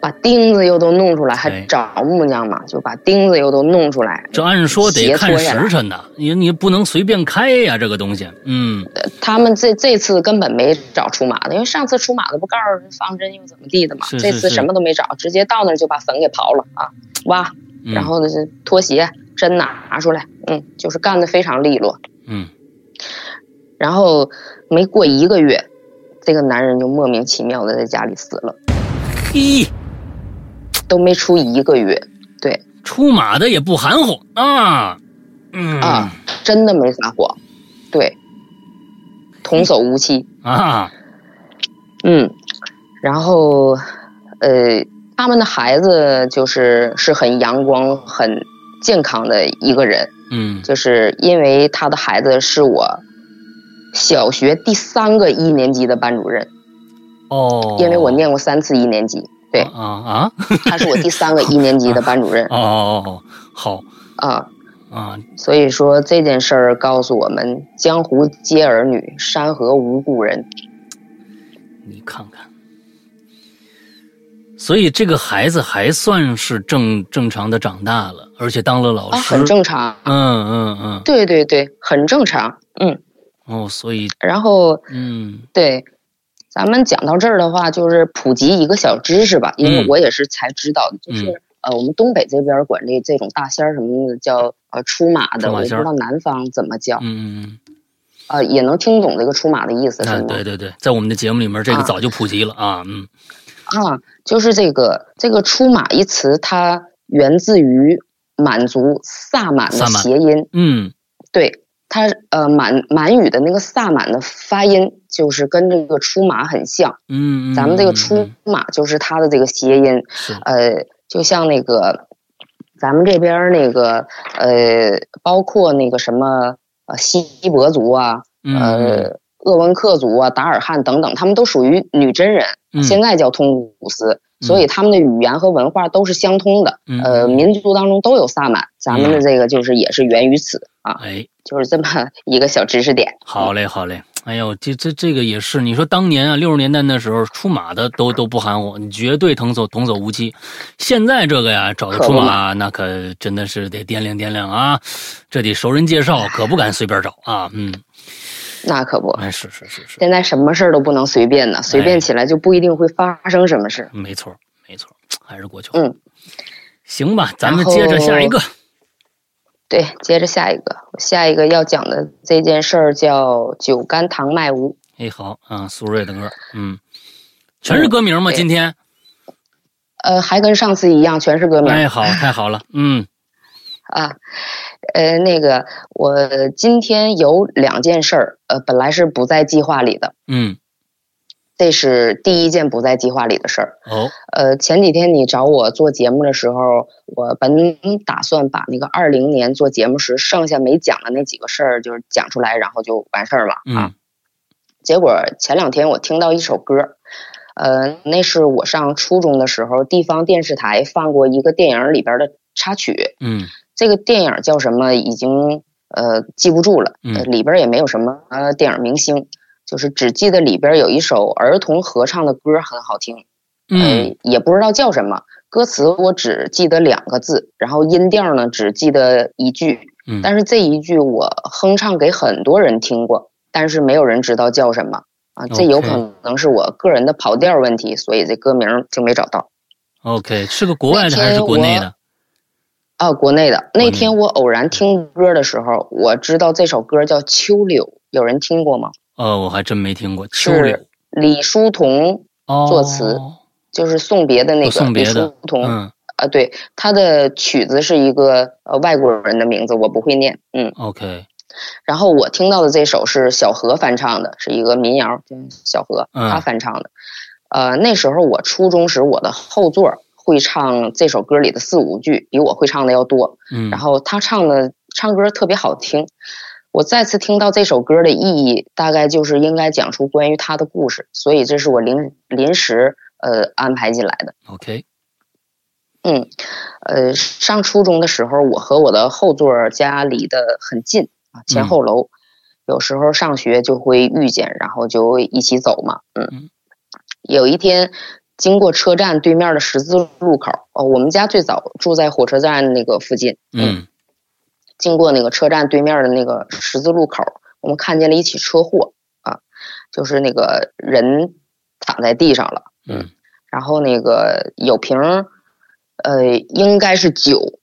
S2: 把钉子又都弄出来，还
S1: 哎
S2: 找木匠嘛，就把钉子又都弄出来。
S1: 这按说得
S2: 鞋
S1: 看
S2: 脱下来
S1: 时辰的，你你不能随便开呀，这个东西，嗯
S2: 他们这这次根本没找出马的，因为上次出马的不告诉方针又怎么地的嘛，
S1: 是
S2: 这
S1: 是
S2: 次
S1: 是
S2: 什么都没找，直接到那儿就把坟给刨了啊，挖，
S1: 嗯
S2: 然后呢就拖鞋针拿出来，嗯，就是干的非常利落。
S1: 嗯
S2: 然后没过一个月，这个男人就莫名其妙的在家里死了，
S1: 一
S2: 都没出一个月，对
S1: 出马的也不含糊啊，嗯
S2: 啊，真的没撒谎，对，童叟无欺。
S1: 啊
S2: 嗯，然后，呃，他们的孩子就是是很阳光、很健康的一个人，
S1: 嗯
S2: 就是因为他的孩子是我小学第三个一年级的班主任，
S1: 哦，
S2: 因为我念过三次一年级，对，
S1: 啊啊
S2: 他是我第三个一年级的班 主任
S1: 哦哦哦好
S2: 啊，
S1: 啊
S2: 所以说这件事儿告诉我们：江湖皆儿女，山河无故人。
S1: 你看看，所以这个孩子还算是正正常的长大了，而且当了老
S2: 啊，
S1: 师，
S2: 很正常，
S1: 嗯嗯嗯，
S2: 对对对，很正常，嗯，
S1: 哦，所以
S2: 然后。
S1: 嗯
S2: 对，咱们讲到这儿的话，就是普及一个小知识吧，因为
S1: 嗯
S2: 我也是才知道，就是、呃，我们东北这边管这这种大仙儿什么的叫呃出马
S1: 出
S2: 的，
S1: 马
S2: 我也
S1: 仙
S2: 不
S1: 儿
S2: 知道南方怎么叫，
S1: 嗯嗯，
S2: 呃，也能听懂这个出马的意思
S1: 那
S2: 是吗？
S1: 啊对对对，在我们的节目里面，这个
S2: 啊
S1: 早就普及了啊，嗯
S2: 啊，就是这个这个出马一词，它源自于满族萨满的
S1: 萨满
S2: 谐音，
S1: 嗯
S2: 对。它呃满满语的那个萨满的发音，就是跟这个出马很像。
S1: 嗯，嗯
S2: 咱们这个
S1: 嗯
S2: 出
S1: 嗯
S2: 马就是它的这个谐音，
S1: 是
S2: 呃，就像那个咱们这边儿那个呃，包括那个什么呃锡伯族啊，
S1: 嗯嗯
S2: 呃鄂温克族啊、达尔汗等等，他们都属于女真人，
S1: 嗯
S2: 现在叫通古斯，所以他们的语言和文化都是相通的。
S1: 嗯
S2: 呃，民族当中都有萨满，咱们的这个就是也是源于此啊，
S1: 哎，
S2: 就是这么一个小知识点。
S1: 好嘞好嘞。哎呦，这这这个也是，你说当年啊，六十年代那时候出马的
S2: 嗯
S1: 都都不含糊，你绝对童叟童叟无欺。现在这个呀，找个
S2: 可
S1: 出
S2: 不
S1: 马那可真的是得掂量掂量啊，这得熟人介绍，可不敢随便找啊。嗯，
S2: 那可不，
S1: 哎，是是是是，
S2: 现在什么事儿都不能随便呢，随
S1: 哎
S2: 便起来就不一定会发生什么事。
S1: 没错没错，还是过去。
S2: 嗯，
S1: 行吧，咱们接着下一个。
S2: 对，接着下一个，我下一个要讲的这件事儿叫酒干倘卖无。
S1: 哎，好啊，苏芮的歌，嗯，全是歌名吗？
S2: 对
S1: 今天？
S2: 呃，还跟上次一样，全是歌名、
S1: 哎，好，太好了，嗯
S2: 啊。呃，那个，我今天有两件事儿，呃，本来是不在计划里的，
S1: 嗯
S2: 这是第一件不在计划里的事儿。
S1: 哦，
S2: 呃，前几天你找我做节目的时候，我本打算把那个二零年做节目时剩下没讲的那几个事儿，就是讲出来，然后就完事儿了啊。
S1: 嗯
S2: 结果前两天我听到一首歌，呃，那是我上初中的时候，地方电视台放过一个电影里边的插曲。
S1: 嗯
S2: 这个电影叫什么？已经呃记不住了，
S1: 嗯
S2: 呃里边也没有什么呃电影明星，就是只记得里边有一首儿童合唱的歌很好听。
S1: 嗯
S2: 呃，也不知道叫什么。歌词我只记得两个字，然后音调呢只记得一句，
S1: 嗯，
S2: 但是这一句我哼唱给很多人听过，但是没有人知道叫什么啊。这有
S1: OK
S2: 可能是我个人的跑调问题，所以这歌名就没找到。
S1: OK 是个国外的还是国内的？
S2: 啊，国内的
S1: 内
S2: 那天我偶然听歌的时候，我知道这首歌叫《秋柳》，有人听过吗？
S1: 哦，我还真没听过。秋柳
S2: 是李叔同，
S1: 哦，
S2: 作词就是送别的那
S1: 哦
S2: 个
S1: 送别
S2: 李
S1: 的
S2: 叔同，
S1: 嗯
S2: 啊，对，他的曲子是一个呃外国人的名字，我不会念，嗯。
S1: ，OK，
S2: 然后我听到的这首是小何翻唱的，是一个民谣，就是小何
S1: 嗯
S2: 他翻唱的。呃，那时候我初中时，我的后座会唱这首歌里的四五句，比我会唱的要多。
S1: 嗯，
S2: 然后他唱的唱歌特别好听。我再次听到这首歌的意义，大概就是应该讲出关于他的故事，所以这是我临临时呃安排进来的。
S1: OK，
S2: 呃，上初中的时候，我和我的后座儿家离得很近啊，前后楼，有时候上学就会遇见，然后就一起走嘛，
S1: 嗯
S2: 嗯。有一天经过车站对面的十字路口，哦，我们家最早住在火车站那个附近，
S1: 嗯
S2: 经过那个车站对面的那个十字路口，我们看见了一起车祸啊，就是那个人躺在地上了。
S1: 嗯
S2: 然后那个有瓶儿，呃，应该是酒，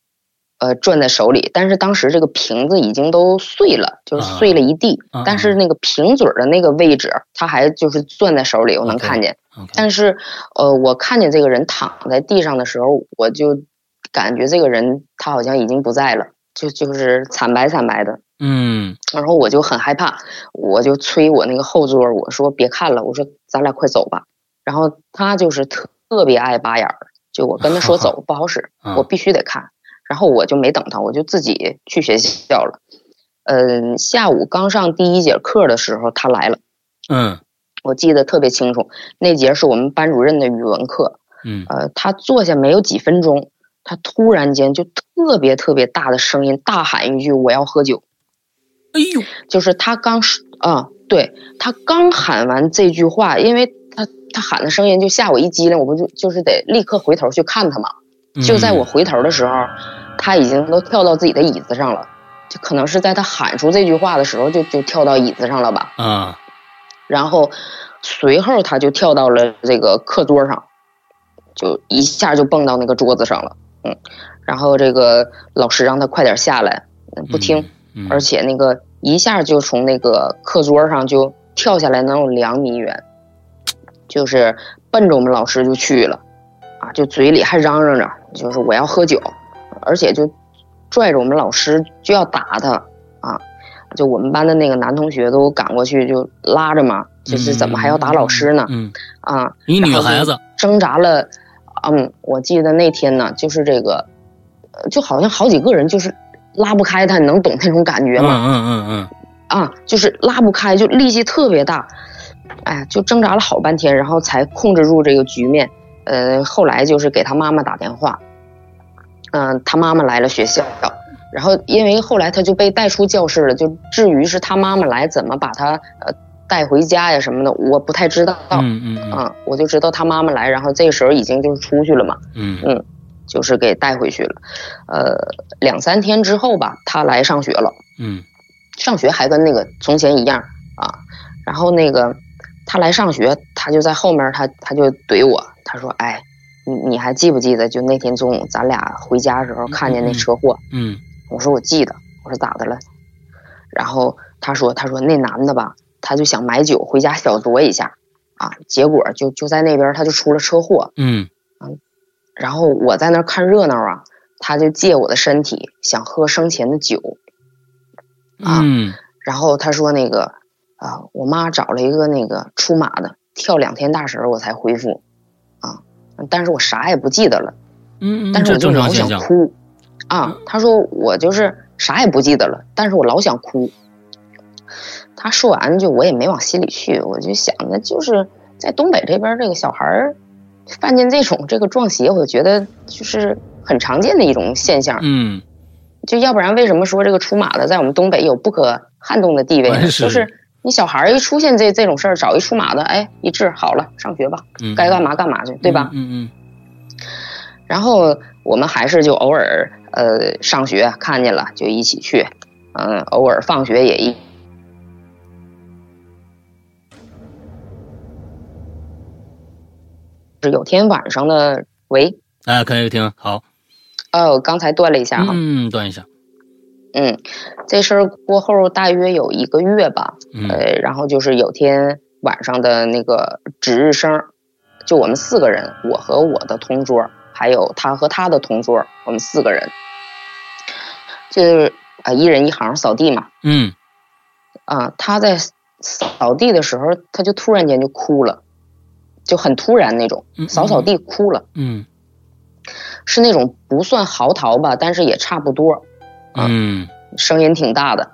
S2: 呃，攥在手里，但是当时这个瓶子已经都碎了，就是碎了一地，
S1: 啊啊
S2: 但是那个瓶嘴儿的那个位置，它还就是攥在手里，我能
S1: OK
S2: 看见。
S1: ，OK，
S2: 嗯但是，呃，我看见这个人躺在地上的时候，我就感觉这个人他好像已经不在了，就就是惨白惨白的。
S1: 嗯
S2: 然后我就很害怕，我就催我那个后座，我说别看了，我说咱俩快走吧。然后他就是特别爱拔眼儿，就我跟他说走不好使，
S1: 啊
S2: 我必须得看。然后我就没等他，我就自己去学校了。嗯，下午刚上第一节课的时候，他来了，
S1: 嗯
S2: 我记得特别清楚。那节是我们班主任的语文课，
S1: 嗯
S2: 呃，他坐下没有几分钟，他突然间就特别特别大的声音大喊一句：“我要喝酒。”
S1: 哎呦，
S2: 就是他刚说啊，对他刚喊完这句话，因为他他喊的声音就吓我一激灵，我不就就是得立刻回头去看他嘛。
S1: 嗯
S2: 就在我回头的时候，他已经都跳到自己的椅子上了，就可能是在他喊出这句话的时候就就跳到椅子上了吧。
S1: 嗯啊
S2: 然后随后他就跳到了这个课桌上，就一下就蹦到那个桌子上了。嗯，然后这个老师让他快点下来，不听。，
S1: 嗯嗯
S2: 而且那个一下就从那个课桌上就跳下来能有两米远，就是奔着我们老师就去了，啊，就嘴里还嚷嚷着，就是我要喝酒，而且就拽着我们老师就要打他啊，就我们班的那个男同学都赶过去就拉着嘛，就是怎么还要打老师呢？
S1: 嗯，嗯
S2: 啊，
S1: 你女孩子，
S2: 挣扎了，嗯，我记得那天呢，就是这个，呃就好像好几个人就是拉不开他，你能懂那种感觉
S1: 嗯
S2: 吗？
S1: 嗯嗯
S2: 啊，就是拉不开，就力气特别大，哎，就挣扎了好半天，然后才控制住这个局面。呃，后来就是给他妈妈打电话，嗯、他妈妈来了学校，然后因为后来他就被带出教室了，就至于是他妈妈来怎么把他呃带回家呀什么的，我不太知道。
S1: 嗯嗯嗯嗯
S2: 啊，我就知道他妈妈来，然后这时候已经就是出去了嘛，
S1: 嗯
S2: 就是给带回去了。呃，两三天之后吧，他来上学了，
S1: 嗯
S2: 上学还跟那个从前一样啊。然后那个他来上学，他就在后面，他他就怼我，他说：“哎，你你还记不记得就那天中午咱俩回家的时候看见那车祸？”
S1: 嗯
S2: 我说我记得，我说咋的了？然后他说他说那男的吧，他就想买酒回家小酌一下啊，结果就就在那边他就出了车祸，
S1: 嗯
S2: 然后我在那儿看热闹啊，他就借我的身体想喝生前的酒，
S1: 嗯
S2: 啊然后他说那个啊，我妈找了一个那个出马的，跳两天大绳我才恢复，啊，但是我啥也不记得了，
S1: 嗯嗯，
S2: 但是
S1: 这
S2: 我
S1: 正
S2: 就
S1: 常
S2: 老
S1: 现象。
S2: 想
S1: 嗯
S2: 哭，啊，他说我就是啥也不记得了，但是我老想哭。他说完就我也没往心里去，我就想着就是在东北这边这个小孩儿犯见这种这个撞邪，我觉得就是很常见的一种现象。
S1: 嗯，
S2: 就要不然为什么说这个出马的在我们东北有不可撼动的地位呢？
S1: 哎是
S2: 就是你小孩儿一出现这这种事儿，找一出马的，哎，一治好了，上学吧，
S1: 嗯
S2: 该干嘛干嘛去，对吧？
S1: 嗯嗯
S2: 然后我们还是就偶尔呃上学看见了就一起去，嗯、偶尔放学也一。是有天晚上的，喂，
S1: 嗯，哎，可以听好。
S2: 哦，刚才断了一下啊，
S1: 嗯，断一下。
S2: 嗯，这事儿过后大约有一个月吧，
S1: 嗯
S2: 呃，然后就是有天晚上的那个值日生，就我们四个人，我和我的同桌，还有他和他的同桌，我们四个人，就是啊、呃一人一行扫地嘛，
S1: 嗯
S2: 啊、他在扫地的时候，他就突然间就哭了，就很突然那种，
S1: 嗯
S2: 扫扫地哭了，
S1: 嗯
S2: 是那种不算嚎啕吧，但是也差不多，
S1: 嗯
S2: 声音挺大的。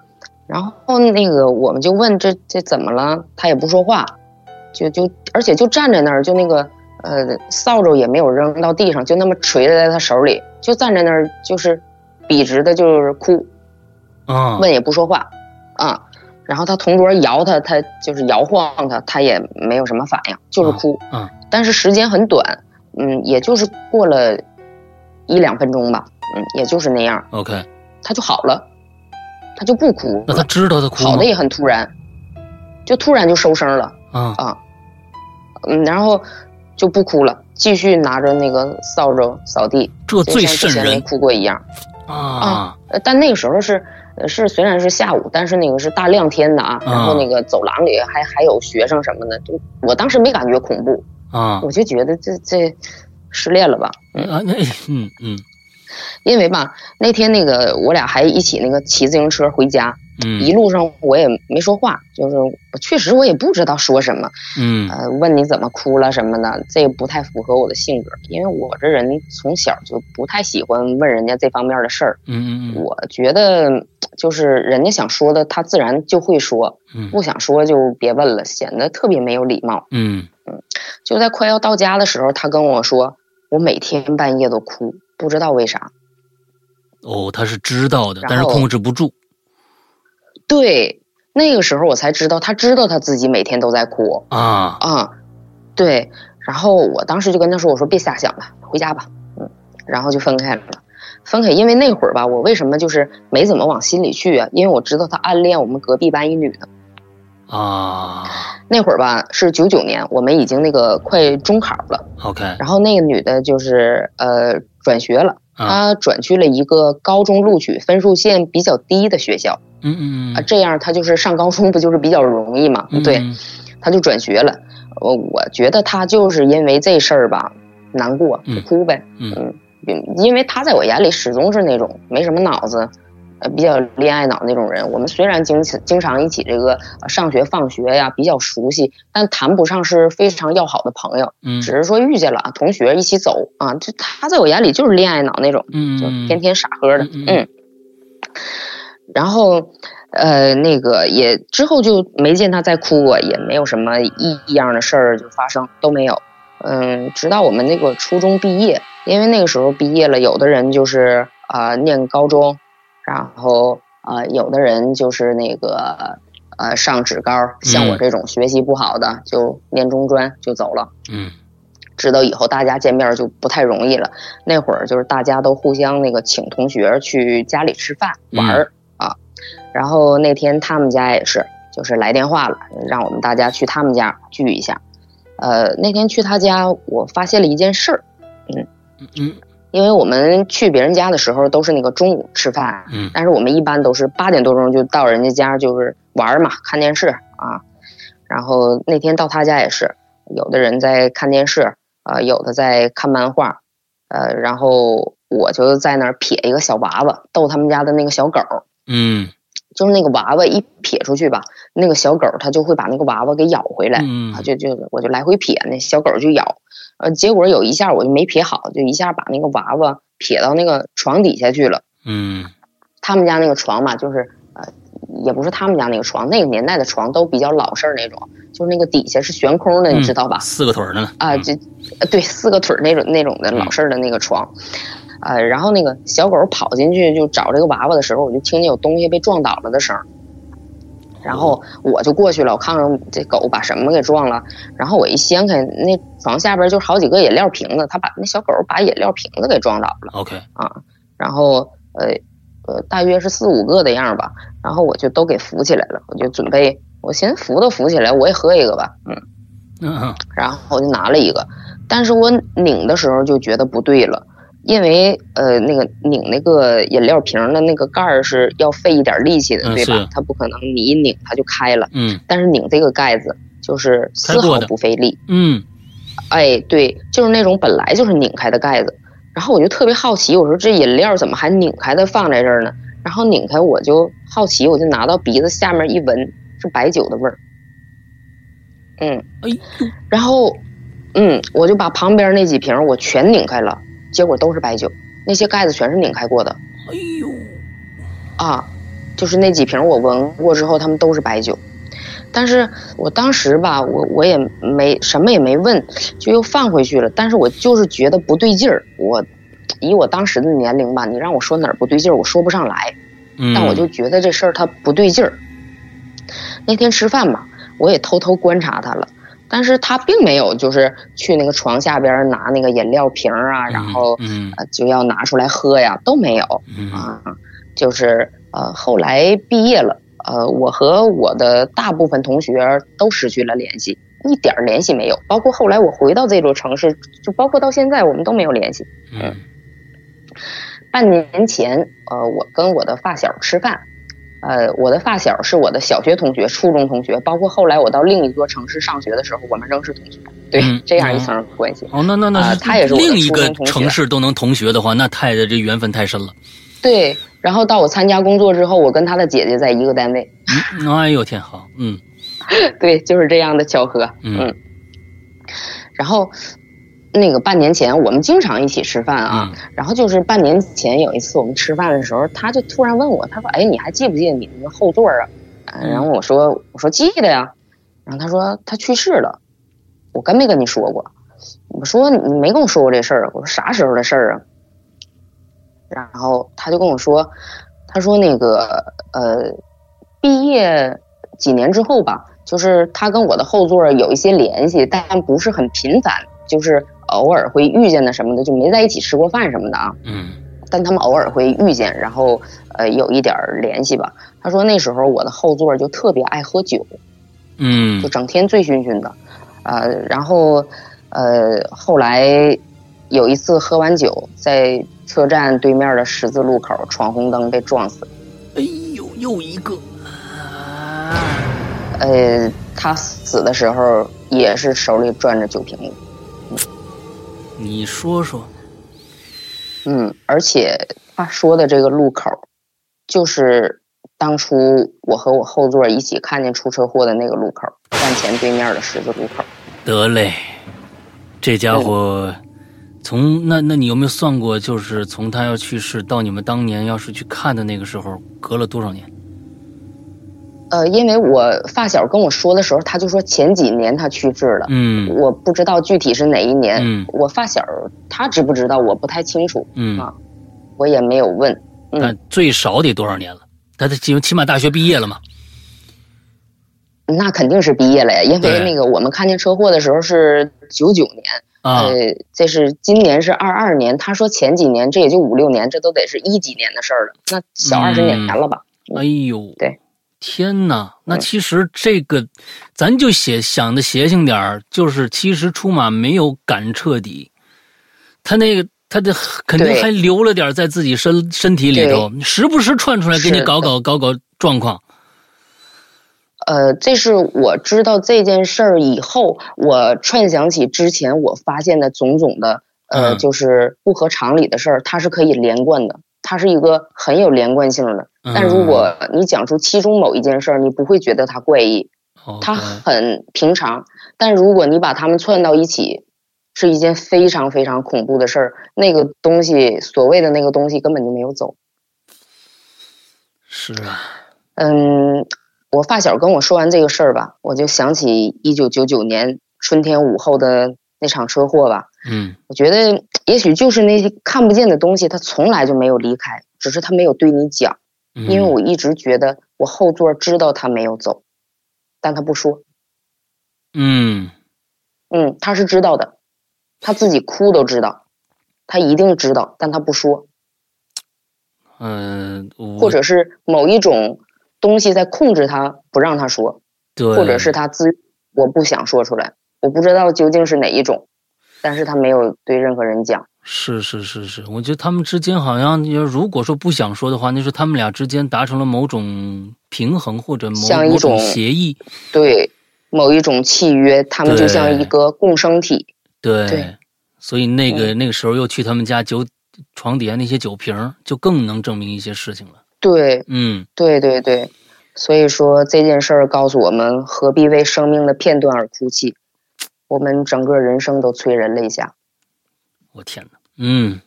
S2: 然后那个我们就问这这怎么了，他也不说话，就就而且就站在那儿，就那个呃扫帚也没有扔到地上，就那么垂着在他手里，就站在那儿就是笔直的，就是哭，
S1: 啊，
S2: 问也不说话啊。然后他同桌摇他，他就是摇晃他，他也没有什么反应，就是哭。
S1: 啊啊
S2: 但是时间很短，嗯，也就是过了一两分钟吧，嗯，也就是那样，
S1: OK，
S2: 他就好了，他就不哭了。
S1: 那他知道他哭
S2: 好
S1: 吗
S2: 的？也很突然，就突然就收声了，
S1: 啊
S2: 嗯，然后就不哭了，继续拿着那个扫帚扫地，
S1: 这
S2: 就
S1: 最
S2: 像之
S1: 瘆
S2: 前没
S1: 人
S2: 哭过一样。
S1: 啊！
S2: 呃但那个时候是呃是虽然是下午，但是那个是大亮天的啊，
S1: 啊
S2: 然后那个走廊里还还有学生什么的，就我当时没感觉恐怖，
S1: 啊
S2: 我就觉得这这失恋了吧，嗯，
S1: 啊那嗯嗯
S2: 因为吧那天那个我俩还一起那个骑自行车回家，一
S1: 嗯
S2: 路上我也没说话，就是我确实我也不知道说什么。
S1: 嗯
S2: 呃，问你怎么哭了什么的，这不太符合我的性格，因为我这人从小就不太喜欢问人家这方面的事儿。
S1: 嗯嗯
S2: 我觉得就是人家想说的，他自然就会说，
S1: 嗯
S2: 不想说就别问了，显得特别没有礼貌。
S1: 嗯
S2: 就在快要到家的时候，他跟我说，我每天半夜都哭，不知道为啥。
S1: 哦，他是知道的，
S2: 然
S1: 但是
S2: 后
S1: 控制不住。
S2: 对，那个时候我才知道，他知道他自己每天都在哭
S1: 啊，
S2: 啊、对，然后我当时就跟他说：“我说别瞎想了，回家吧。”嗯，然后就分开了。分开，因为那会儿吧，我为什么就是没怎么往心里去啊？因为我知道他暗恋我们隔壁班一女的。
S1: 啊
S2: 那会儿吧，是九九年，我们已经那个快中考了。
S1: ，OK，
S2: 然后那个女的就是呃转学了，
S1: 啊，
S2: 她转去了一个高中录取分数线比较低的学校
S1: 嗯嗯
S2: 啊，这样她就是上高中不就是比较容易嘛？
S1: 嗯，
S2: 对，他就转学了。我我觉得他就是因为这事儿吧，难过
S1: 嗯
S2: 就哭呗。
S1: 嗯
S2: 嗯因为他在我眼里始终是那种没什么脑子，呃，比较恋爱脑那种人。我们虽然经经常一起这个呃上学、放学呀，比较熟悉，但谈不上是非常要好的朋友，
S1: 嗯
S2: 只是说遇见了啊同学一起走啊。就他在我眼里就是恋爱脑那种，就
S1: 嗯
S2: 天天傻呵的，
S1: 嗯嗯
S2: 嗯。然后，呃，那个也之后就没见他再哭过，也没有什么异异样的事儿就发生，都没有。嗯，直到我们那个初中毕业，因为那个时候毕业了，有的人就是啊、呃念高中，然后啊、呃有的人就是那个呃上职高，像我这种学习不好的、就念中专就走了。
S1: 嗯
S2: 知道以后大家见面就不太容易了。那会儿就是大家都互相那个请同学去家里吃饭玩儿、啊，然后那天他们家也是，就是来电话了，让我们大家去他们家聚一下。呃，那天去他家，我发现了一件事儿，
S1: 嗯
S2: 因为我们去别人家的时候都是那个中午吃饭，
S1: 嗯
S2: 但是我们一般都是八点多钟就到人家家，就是玩儿嘛，看电视啊。然后那天到他家也是，有的人在看电视，呃，有的在看漫画，呃，然后我就在那儿撇一个小娃娃，逗他们家的那个小狗儿。
S1: 嗯
S2: 就是那个娃娃一撇出去吧，那个小狗它就会把那个娃娃给咬回来，啊
S1: 嗯
S2: 它就就我就来回撇，那小狗就咬，呃，结果有一下我就没撇好，就一下把那个娃娃撇到那个床底下去了。
S1: 嗯
S2: 他们家那个床嘛，就是呃，也不是他们家那个床，那个年代的床都比较老式儿那种，就是那个底下是悬空的，你知道吧？
S1: 四个腿儿的呢
S2: 啊，
S1: 嗯
S2: 就呃对四个腿儿那种那种的老式儿的那个床，呃，然后那个小狗跑进去就找这个娃娃的时候，我就听见有东西被撞倒了的声儿，然后我就过去了，我看看这狗把什么给撞了，然后我一掀开那床下边儿就是好几个饮料瓶子，它把那小狗把饮料瓶子给撞倒了。
S1: OK，
S2: 然后呃呃，大约是四五个的样儿吧，然后我就都给扶起来了，我就准备，我寻思扶都扶起来，我也喝一个吧，嗯，
S1: 嗯嗯
S2: 然后我就拿了一个，但是我拧的时候就觉得不对了。因为呃，那个拧那个饮料瓶儿的那个盖儿是要费一点儿力气的，
S1: 嗯
S2: 对吧
S1: 是？
S2: 它不可能你一拧它就开了，
S1: 嗯
S2: 但是拧这个盖子就是
S1: 开
S2: 丝
S1: 过
S2: 毫
S1: 的
S2: 不费力，
S1: 嗯
S2: 哎，对，就是那种本来就是拧开的盖子。然后我就特别好奇，我说这饮料怎么还拧开的放在这儿呢？然后拧开我就好奇，我就拿到鼻子下面一闻，是白酒的味儿。嗯，
S1: 哎呦
S2: 然后，嗯，我就把旁边那几瓶我全拧开了，结果都是白酒，那些盖子全是拧开过的
S1: 哎呦，
S2: 啊，就是那几瓶我闻过之后，他们都是白酒。但是我当时吧，我我也没什么也没问，就又放回去了。但是我就是觉得不对劲儿，我以我当时的年龄吧，你让我说哪儿不对劲儿，我说不上来。
S1: 嗯，
S2: 但我就觉得这事儿它不对劲儿。那天吃饭嘛，我也偷偷观察他了，但是他并没有就是去那个床下边儿拿那个饮料瓶儿啊，然后
S1: 嗯
S2: 呃就要拿出来喝呀，都没有。
S1: 嗯嗯
S2: 啊，就是呃，后来毕业了，呃，我和我的大部分同学都失去了联系，一点儿联系没有。包括后来我回到这座城市，就包括到现在，我们都没有联系。
S1: 嗯
S2: 半年前，呃，我跟我的发小吃饭，呃，我的发小是我的小学同学、初中同学，包括后来我到另一座城市上学的时候，我们仍是同学。对，
S1: 嗯
S2: 这样一层关系。
S1: 哦，那那那
S2: 啊他也是我的
S1: 另一
S2: 初
S1: 个
S2: 中同学
S1: 城市都能同学的话，那太这缘分太深了。
S2: 对，然后到我参加工作之后，我跟他的姐姐在一个单位。
S1: 嗯，哎呦天好，嗯
S2: 对，就是这样的巧合。
S1: 嗯
S2: 然后那个半年前我们经常一起吃饭
S1: 嗯
S2: 啊，然后就是半年前有一次我们吃饭的时候，他就突然问我，他说：“哎，你还记不记得你那个后座啊？”呃
S1: 嗯
S2: 然后我说：“我说记得呀。”然后他说：“他去世了。”我跟没跟你说过？我说你没跟我说过这事儿啊。我说啥时候的事儿啊？然后他就跟我说，他说那个呃，毕业几年之后吧，就是他跟我的后座有一些联系，但不是很频繁，就是呃偶尔会遇见的什么的，就没在一起吃过饭什么的啊。
S1: 嗯
S2: 但他们偶尔会遇见，然后呃有一点儿联系吧。他说那时候我的后座就特别爱喝酒，
S1: 嗯
S2: 就整天醉醺醺的，呃，然后呃后来有一次喝完酒，在车站对面的十字路口闯红灯被撞死了，
S1: 哎呦又一个啊，
S2: 呃，他死的时候也是手里攥着酒瓶子。
S1: 你说说，
S2: 嗯，而且他说的这个路口儿，就是当初我和我后座一起看见出车祸的那个路口儿，站前对面的十字路口儿。
S1: 得嘞，这家伙。
S2: 嗯
S1: 从那，那你有没有算过，就是从他要去世到你们当年要是去看的那个时候，隔了多少年？
S2: 呃，因为我发小跟我说的时候，他就说前几年他去世了，
S1: 嗯
S2: 我不知道具体是哪一年。
S1: 嗯
S2: 我发小他知不知道，我不太清楚，
S1: 嗯，
S2: 啊我也没有问。嗯
S1: 但最少得多少年了？他得起起码大学毕业了嘛？
S2: 那肯定是毕业了呀，因为
S1: 对
S2: 那个我们看见车祸的时候是九九年。
S1: 啊，
S2: 呃，这是今年是二二年，他说前几年这也就五六年，这都得是一几年的事儿了，那小
S1: 嗯
S2: 二十年前了吧？
S1: 哎呦，
S2: 嗯对，
S1: 天哪！那
S2: 嗯
S1: 其实这个，咱就写想的邪性点儿，就是其实出马没有赶彻底，他那个他的肯定
S2: 对
S1: 还留了点儿在自己身身体里头，时不时窜出来给你
S2: 是
S1: 搞搞搞搞状况。
S2: 呃，这是我知道这件事儿以后，我串想起之前我发现的种种的，呃，
S1: 嗯
S2: 就是不合常理的事儿，它是可以连贯的，它是一个很有连贯性的。
S1: 嗯
S2: 但如果你讲出其中某一件事儿，你不会觉得它怪异，
S1: 嗯
S2: 它
S1: OK
S2: 很平常。但如果你把它们串到一起，是一件非常非常恐怖的事儿。那个东西，所谓的那个东西根本就没有走。
S1: 是啊，
S2: 嗯，我发小跟我说完这个事儿吧，我就想起一九九九年春天午后的那场车祸吧。
S1: 嗯
S2: 我觉得也许就是那些看不见的东西，它从来就没有离开，只是它没有对你讲。
S1: 嗯，
S2: 因为我一直觉得我后座知道他没有走，但他不说，
S1: 嗯
S2: 嗯，他是知道的，他自己哭都知道，他一定知道，但他不说，
S1: 嗯，我
S2: 或者是某一种东西在控制他，不让他说，
S1: 对，
S2: 或者是他自我不想说出来，我不知道究竟是哪一种，但是他没有对任何人讲，
S1: 是是是是，我觉得他们之间好像，要如果说不想说的话，那是他们俩之间达成了某种平衡或者某
S2: 像一
S1: 某种
S2: 种
S1: 协议。
S2: 对某一种契约，他们就像
S1: 对
S2: 一个共生体，
S1: 对，
S2: 对嗯
S1: 所以那个、那个时候又去他们家酒床底下那些酒瓶儿，就更能证明一些事情了。
S2: 对，
S1: 嗯，
S2: 对对对，所以说这件事儿告诉我们，何必为生命的片段而哭泣？我们整个人生都催人泪下。
S1: 我天哪，嗯，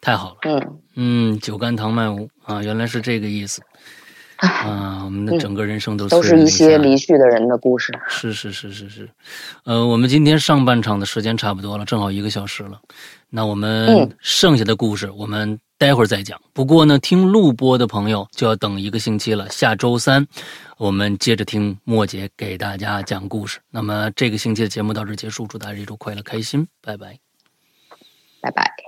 S1: 太好了，
S2: 嗯，
S1: 嗯，酒干倘卖无啊，原来是这个意思啊，我们的
S2: 嗯
S1: 整个人生都
S2: 都
S1: 随
S2: 是
S1: 着
S2: 一
S1: 那
S2: 些
S1: 下
S2: 离去的人的故 事。
S1: 是是是是是，呃，我们今天上半场的时间差不多了，正好一个小时了。那我们
S2: 嗯
S1: 剩下的故事，我们待会儿再讲。不过呢，听录播的朋友就要等一个星期了。下周三，我们接着听莫姐给大家讲故事。那么这个星期的节目到这儿结束，祝大家一周快乐开心，拜拜。
S2: 拜拜。